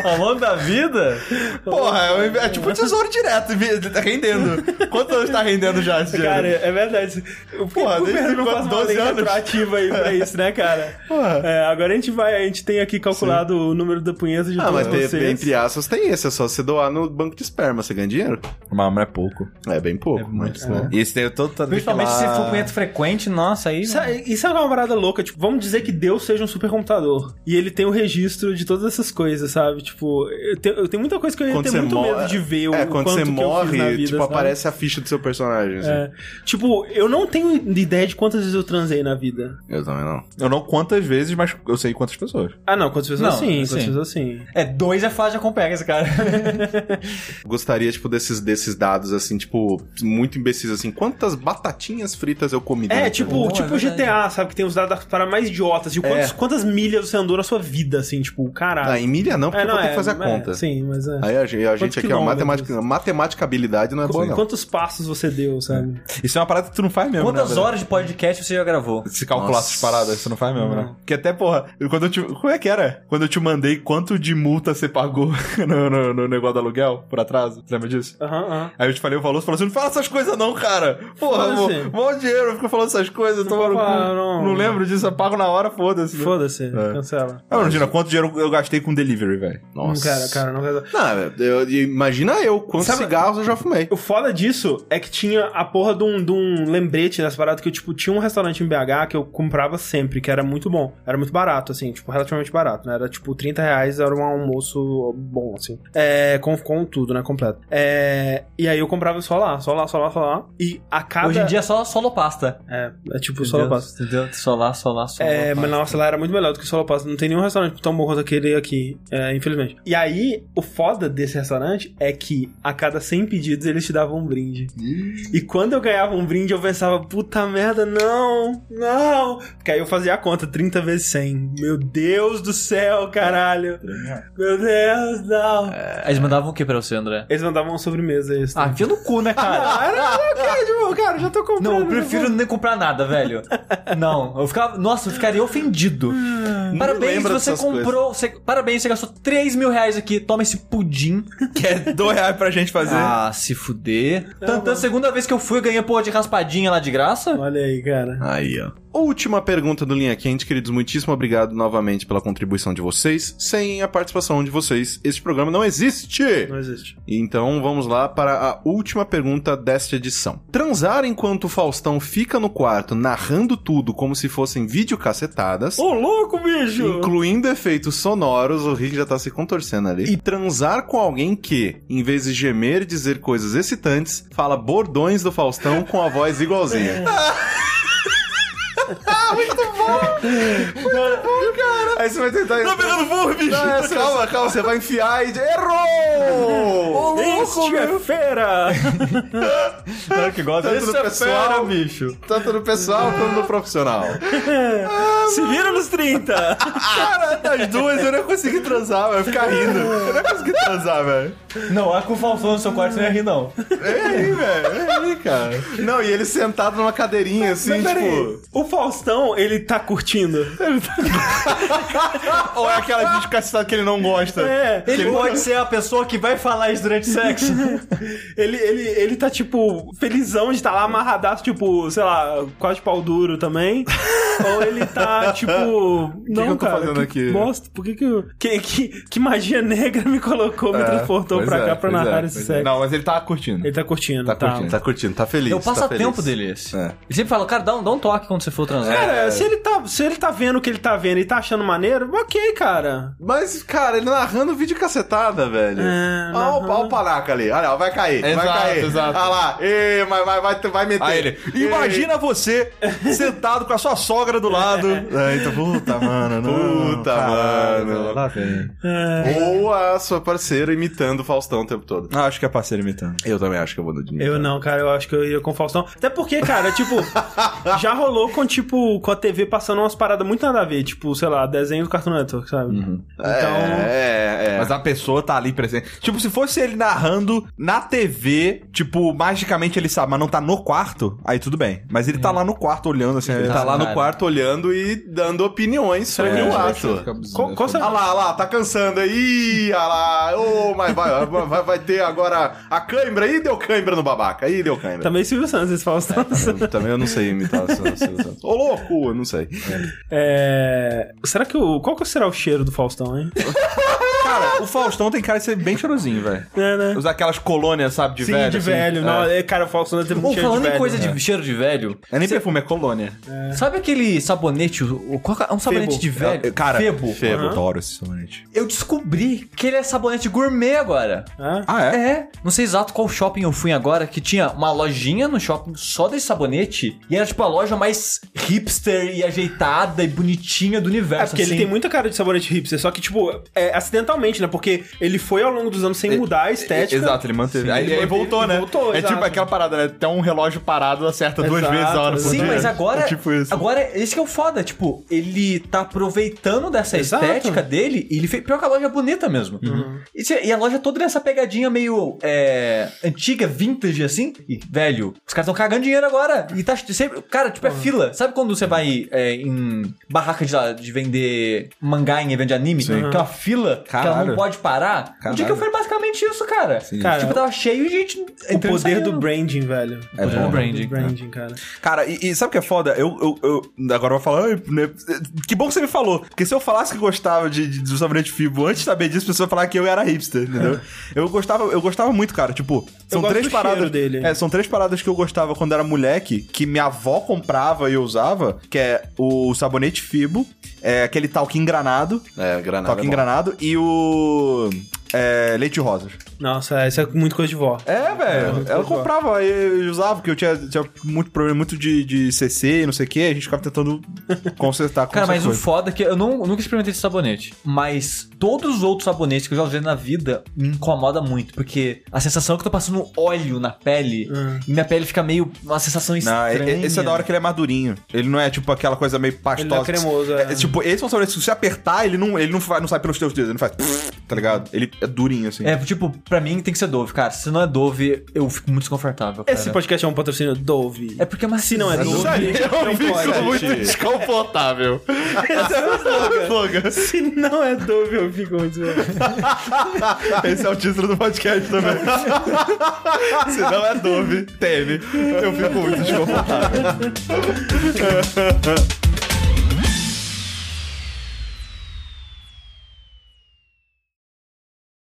D: Ao longo da vida?
C: Porra, é, um- é tipo um tesouro direto, vi- tá rendendo. Quantos anos tá rendendo já esse dinheiro?
B: Cara, é verdade. O Porra,
C: Porra, desde
B: governo não
C: quando?
B: faz uma
C: 12
B: lei
C: anos?
B: retroativa aí pra isso, né, cara?
C: Porra.
B: É, agora a gente vai, a gente tem aqui calculado o número da punheta de
A: Ah,
B: todos
A: mas tem-
B: vocês.
A: entre aspas tem esse. É só você doar no banco de esperma. Você ganha dinheiro?
C: Mas não é pouco.
A: É bem pouco. mas, né?
C: E esse tem todo... todo
D: Principalmente
C: lá-
D: se for punheta frequente, nossa, aí.
B: Isso é, isso é uma parada louca, tipo, vamos dizer que Deus seja um supercomputador. E ele tem o registro de todas essas coisas, sabe? Tipo, eu tenho, eu tenho muita coisa que eu ia
A: Quando
B: ter
A: você
B: muito
A: morre-
B: medo de ver o
A: É, quando
B: quanto
A: você
B: que eu fiz na
A: morre,
B: vida,
A: tipo,
B: sabe?
A: aparece a ficha do seu personagem. assim.
B: É. Tipo, eu não tenho ideia de quantas vezes eu transei na vida.
A: Eu também não.
C: Eu não quantas vezes, mas eu sei quantas pessoas.
B: Ah, não, quantas pessoas
D: Não,
B: sim, quantas
D: sim.
B: pessoas sim.
D: É, dois é fácil de acompanhar esse cara.
A: Gostaria, tipo, desses, desses dados, assim, tipo, muito imbecis, assim. Quantas batatinhas fritas eu comi?
B: É,
A: durante
B: tipo,
D: Boa,
B: tipo
D: é
B: GTA, sabe? Que tem os dados para mais idiotas.
A: É.
B: Tipo, quantos- quantas milhas você andou na sua vida, assim? Tipo, caralho.
A: Ah, em milha não, porque eu vou ter que fazer a
B: é,
A: conta.
B: sim, mas é.
A: Aí a gente, a gente aqui, ó,
B: quilômetros?
A: matemática, matematicabilidade não é boa, não.
B: Quantos passos você deu, sabe?
C: Isso é uma parada que tu não faz mesmo,
D: Quantas
C: né,
D: horas de podcast você já gravou?
C: Se calcular
A: Nossa.
C: essas paradas, você não faz mesmo, né? Porque até, porra, eu- quando eu te... Como é que era? Quando eu te mandei quanto de multa você pagou no, no- no negócio do aluguel, por atraso, você lembra disso?
B: Aham, aham.
C: Aí eu te falei o valor, você falou assim, não fala essas coisas não, cara. Porra, mó,
B: Foda-se.
C: mó dinheiro, fica falando essas coisas, tomando
B: vou falar,
C: cu.
B: assim. não.
C: Não lembro disso, eu pago na hora, foda-se. né?
B: Foda-se,
C: É.
B: cancela.
C: Ah, imagina quanto dinheiro eu gastei com delivery, velho.
B: Não quero, Hum, cara, não quero.
A: Não, eu- imagina eu, quantos
B: Sabe-
A: cigarros eu já fumei.
B: O foda disso é que tinha a porra de um, de um lembrete nessa parada que eu, tipo, tinha um restaurante em BH que eu comprava sempre, que era muito bom. Era muito barato, assim, tipo, relativamente barato, né? Era tipo 30 reais, era um almoço bom, assim. É, com, com tudo, né? Completo. É, e aí eu comprava só lá, só lá, só lá, só lá. E a cada.
D: Hoje em dia é só solopasta.
B: É, é tipo só lá. passa.
D: Entendeu? Solar, solar, solar.
B: É, mas nossa, lá era muito melhor do que o Solopasta. Não tem nenhum restaurante tão bom quanto aquele aqui, é, infelizmente. E aí, o foda desse restaurante é que a cada 100 pedidos eles te davam um brinde. E quando eu ganhava um brinde, eu pensava, puta merda, não, não. Porque aí eu fazia a conta, 30 vezes 100. Meu Deus do céu, caralho. Meu Deus, não.
D: Eles mandavam o que pra você, André?
B: Eles mandavam uma sobremesa extra.
D: Ah, enfia no cu, né, cara?
B: Ah, Cara, eu quero, tipo, cara, já tô comprando.
D: Não, eu
B: já
D: prefiro nem comprar nada, velho. Não, eu ficava. Nossa, eu ficaria ofendido. Parabéns,
A: lembra
D: você
A: dessas
D: comprou. Você, parabéns, você gastou 3 mil reais aqui. Toma esse pudim.
C: Que é dois reais pra gente fazer.
D: Ah, se fuder. Tantã, segunda vez que eu fui, eu ganhei porra de raspadinha lá de
B: vou.
D: graça.
B: Olha aí, cara.
A: Aí, ó. Última pergunta do Linha Quente, queridos. Muitíssimo obrigado novamente pela contribuição de vocês. Sem a participação de vocês, este programa não existe.
B: Não existe.
A: Então vamos lá para a última pergunta desta edição. Transar enquanto o Faustão fica no quarto narrando tudo como se fossem videocacetadas.
B: Ô, louco, bicho!
A: Incluindo efeitos sonoros, o Rick já tá se contorcendo ali. E transar com alguém que, em vez de gemer e dizer coisas excitantes, fala bordões do Faustão com a voz igualzinha. Ah,
C: Aí você vai tentar. Tá pegando fogo, bicho!
A: Não, é, calma, calma, você vai enfiar e. Errou!
B: Este é feira!
D: Cara, que gosta
A: Tanto no é pessoal,
D: bicho.
A: tanto no pessoal quanto no profissional.
D: é
B: Se vira nos 30!
C: Cara, das duas eu não ia conseguir transar, velho. Ficar rindo. Eu não ia conseguir transar, velho.
D: Não, a com o Faustão no seu quarto não ia rir, não.
A: Não, e ele sentado numa cadeirinha assim,
B: Mas peraí,
A: tipo. tá-
B: o Faustão, ele tá curtindo.
C: Ou é aquela gente cacetada que ele não gosta?
B: É,
D: Ele pode ser a pessoa que vai falar isso durante o
A: tá
D: sexo.
B: ele, ele, ele tá, tipo, felizão de estar lá amarradaço, tipo, sei lá, quase pau duro também. Ou ele tá, tipo, não,
A: que eu tô
B: cara,
A: fazendo
B: que
A: aqui?
B: bosta, por que que, eu- que que que magia negra me colocou, me transportou
A: pois
B: pra
A: é,
B: cá pra
A: pois é,
B: narrar esse
A: pois
B: sexo?
C: Não, mas ele tá curtindo.
B: Ele tá curtindo,
A: Tá
B: tá.
A: curtindo, tá curtindo, tá feliz.
D: É o
A: tá
D: passatempo
A: feliz.
D: dele esse.
A: É.
D: Ele sempre fala, cara, dá um, dá um toque quando você for transar.
B: Cara, se ele tá, se ele tá vendo o que ele tá vendo e tá achando maneiro, ok, cara.
A: Mas, cara, ele narrando vídeo cacetada, velho.
B: É,
A: Olha o-
B: narrando.
A: olha o panaca ali. Olha lá, vai cair. vai
C: Exato,
A: cair.
C: exato.
A: Olha lá. Ê, mas vai, vai, vai meter.
C: Aí ele, imagina você sentado com a sua sogra do lado.
B: É.
C: Aí tu, puta, mano, não.
A: Puta, mano. É. Ou a sua parceira imitando o Faustão o tempo todo.
C: Ah, acho que é parceiro imitando.
A: Eu também acho que eu vou no de
B: Eu não, cara, eu acho que eu ia com o Faustão. Até porque, cara, tipo, já rolou com, tipo, com a TV passando umas paradas muito nada a ver, tipo, sei lá, desenho do Cartoon Network, sabe? Então.
A: É, é.
C: Mas a pessoa tá ali presente. Tipo, se fosse ele narrando na TV, tipo, magicamente ele sabe, mas não tá no quarto, aí tudo bem. Mas
B: É.
C: ele tá lá no quarto olhando assim.
A: Ele
C: ele
A: tá
C: tá-
A: lá no
D: cara.
A: quarto olhando e dando opiniões
B: É,
A: sobre o ato.
B: Qual, qual
A: Ah
B: será?
A: lá, ah lá, tá cansando aí, ah lá, ô, mas vai, vai, vai ter agora a cãibra, ih, deu cãibra no babaca, ih, deu cãibra.
B: Também Silvio Santos, esse Faustão.
A: Eu também eu não sei imitar o Silvio Santos. Ô, louco, eu não sei.
B: É. Será que o. Qual que será o cheiro do Faustão, hein?
C: Cara, o Faustão tem cara de ser bem cheirosinho, velho.
B: É, né?
C: Usar aquelas colônias, sabe, de
B: Sim,
C: velho.
B: de
C: assim.
B: velho. Não, é, cara, o Faustão deve ter muito
D: Ou
B: cheiro
D: falando
B: de velho. né?
D: em coisa de né? cheiro de velho,
C: É nem perfume, é colônia.
D: sabe aquele sabonete, o, o- qual que é um sabonete
B: Febo.
D: de velho?
C: Cara,
D: Febo.
A: Febo.
C: Eu adoro esse sabonete.
D: Eu descobri que ele é sabonete gourmet agora.
B: Hã?
C: Ah, é?
D: É, não sei exato qual shopping eu fui agora, que tinha uma lojinha no shopping só desse sabonete, e era tipo a loja mais hipster e ajeitada e bonitinha do
B: É
D: universo.
B: porque ele
D: assim.
B: tem muita cara de sabonete hipster, só que, tipo, é acidentalmente, né? Porque ele foi ao longo dos anos sem mudar a estética.
C: Exato, ele manteve. aí
B: ele
C: ele
B: manteve-
C: voltou, né?
B: voltou,
C: é
B: exato.
C: tipo aquela parada, né? Tem um relógio parado, acerta duas
B: Exato,
C: vezes a hora por
D: Sim,
C: dia.
D: mas agora.
C: É tipo isso.
D: Agora, esse que é o foda. Tipo, ele tá aproveitando dessa
B: Exato. Uhum.
D: estética dele e ele fez. Pior que a loja é bonita mesmo. E, se- e a loja é toda nessa pegadinha meio é, antiga, vintage, assim. E, velho, os caras estão cagando dinheiro agora. E tá sempre. Cara, tipo, é
B: Uhum.
D: fila. Sabe quando você vai é, em barraca de, de vender mangá em evento de anime? Que é uma fila que ela não
C: Caralho.
D: pode parar. O dia que eu fui basicamente isso, cara.
B: Cara,
D: tipo, tava cheio de gente.
B: O
D: entrando e
B: poder
D: saindo.
B: do branding, velho.
D: É bom.
B: O poder
D: Branding,
B: do branding, cara.
C: Cara, e, e sabe o que é foda? Eu, eu, eu- agora eu vou falar. "Ai, né? Que bom que você me falou. Porque se eu falasse que gostava de, de, do sabonete Fibo antes de saber disso, a pessoa ia falar que eu era hipster, entendeu? eu, gostava, eu gostava muito, cara. Tipo, são
B: gosto
C: três
B: do
C: paradas.
B: cheiro dele.
C: É, são três paradas que eu gostava quando era moleque, que minha avó comprava e eu usava, que é o sabonete Fibo, é aquele talquinho engranado,
A: É, granada.
C: talquinho
A: é bom.
C: engranado, e o. É, leite de rosas.
B: Nossa, isso é muito coisa de vó.
C: É, velho. ela comprava e usava, porque eu tinha, tinha muito problema muito de, de CC e não sei o que, a gente ficava tentando consertar com
D: Cara, mas
C: essas
D: o
C: coisas.
D: foda é que eu, não, eu nunca experimentei esse sabonete. Mas todos os outros sabonetes que eu já usei na vida me incomoda muito. Porque a sensação é que eu tô passando óleo na pele. E minha pele fica meio. Uma sensação
C: É. Não,
D: estranha.
C: e- e- esse é da hora que ele é madurinho. Ele não é tipo aquela coisa meio pastosa.
B: Ele não é cremoso, é.
C: tipo, esse é um sabonete, se você apertar, ele não, ele não, vai, não sai pelos teus dedos, ele não faz. Tá ligado? Ele é durinho assim.
D: É, tipo, pra mim tem que ser Dove, cara. Se não é Dove, eu fico muito desconfortável. Cara.
B: Esse podcast é um patrocínio Dove.
D: É porque é macio.
B: Se não é
A: Tá
B: Dove, não pode.
C: desconfortável. esse é o slogan.
B: Se não é Dove, eu fico muito...
A: Tá,
C: Esse é o título do podcast também. Se não é Dove, teme. Eu fico muito desconfortável.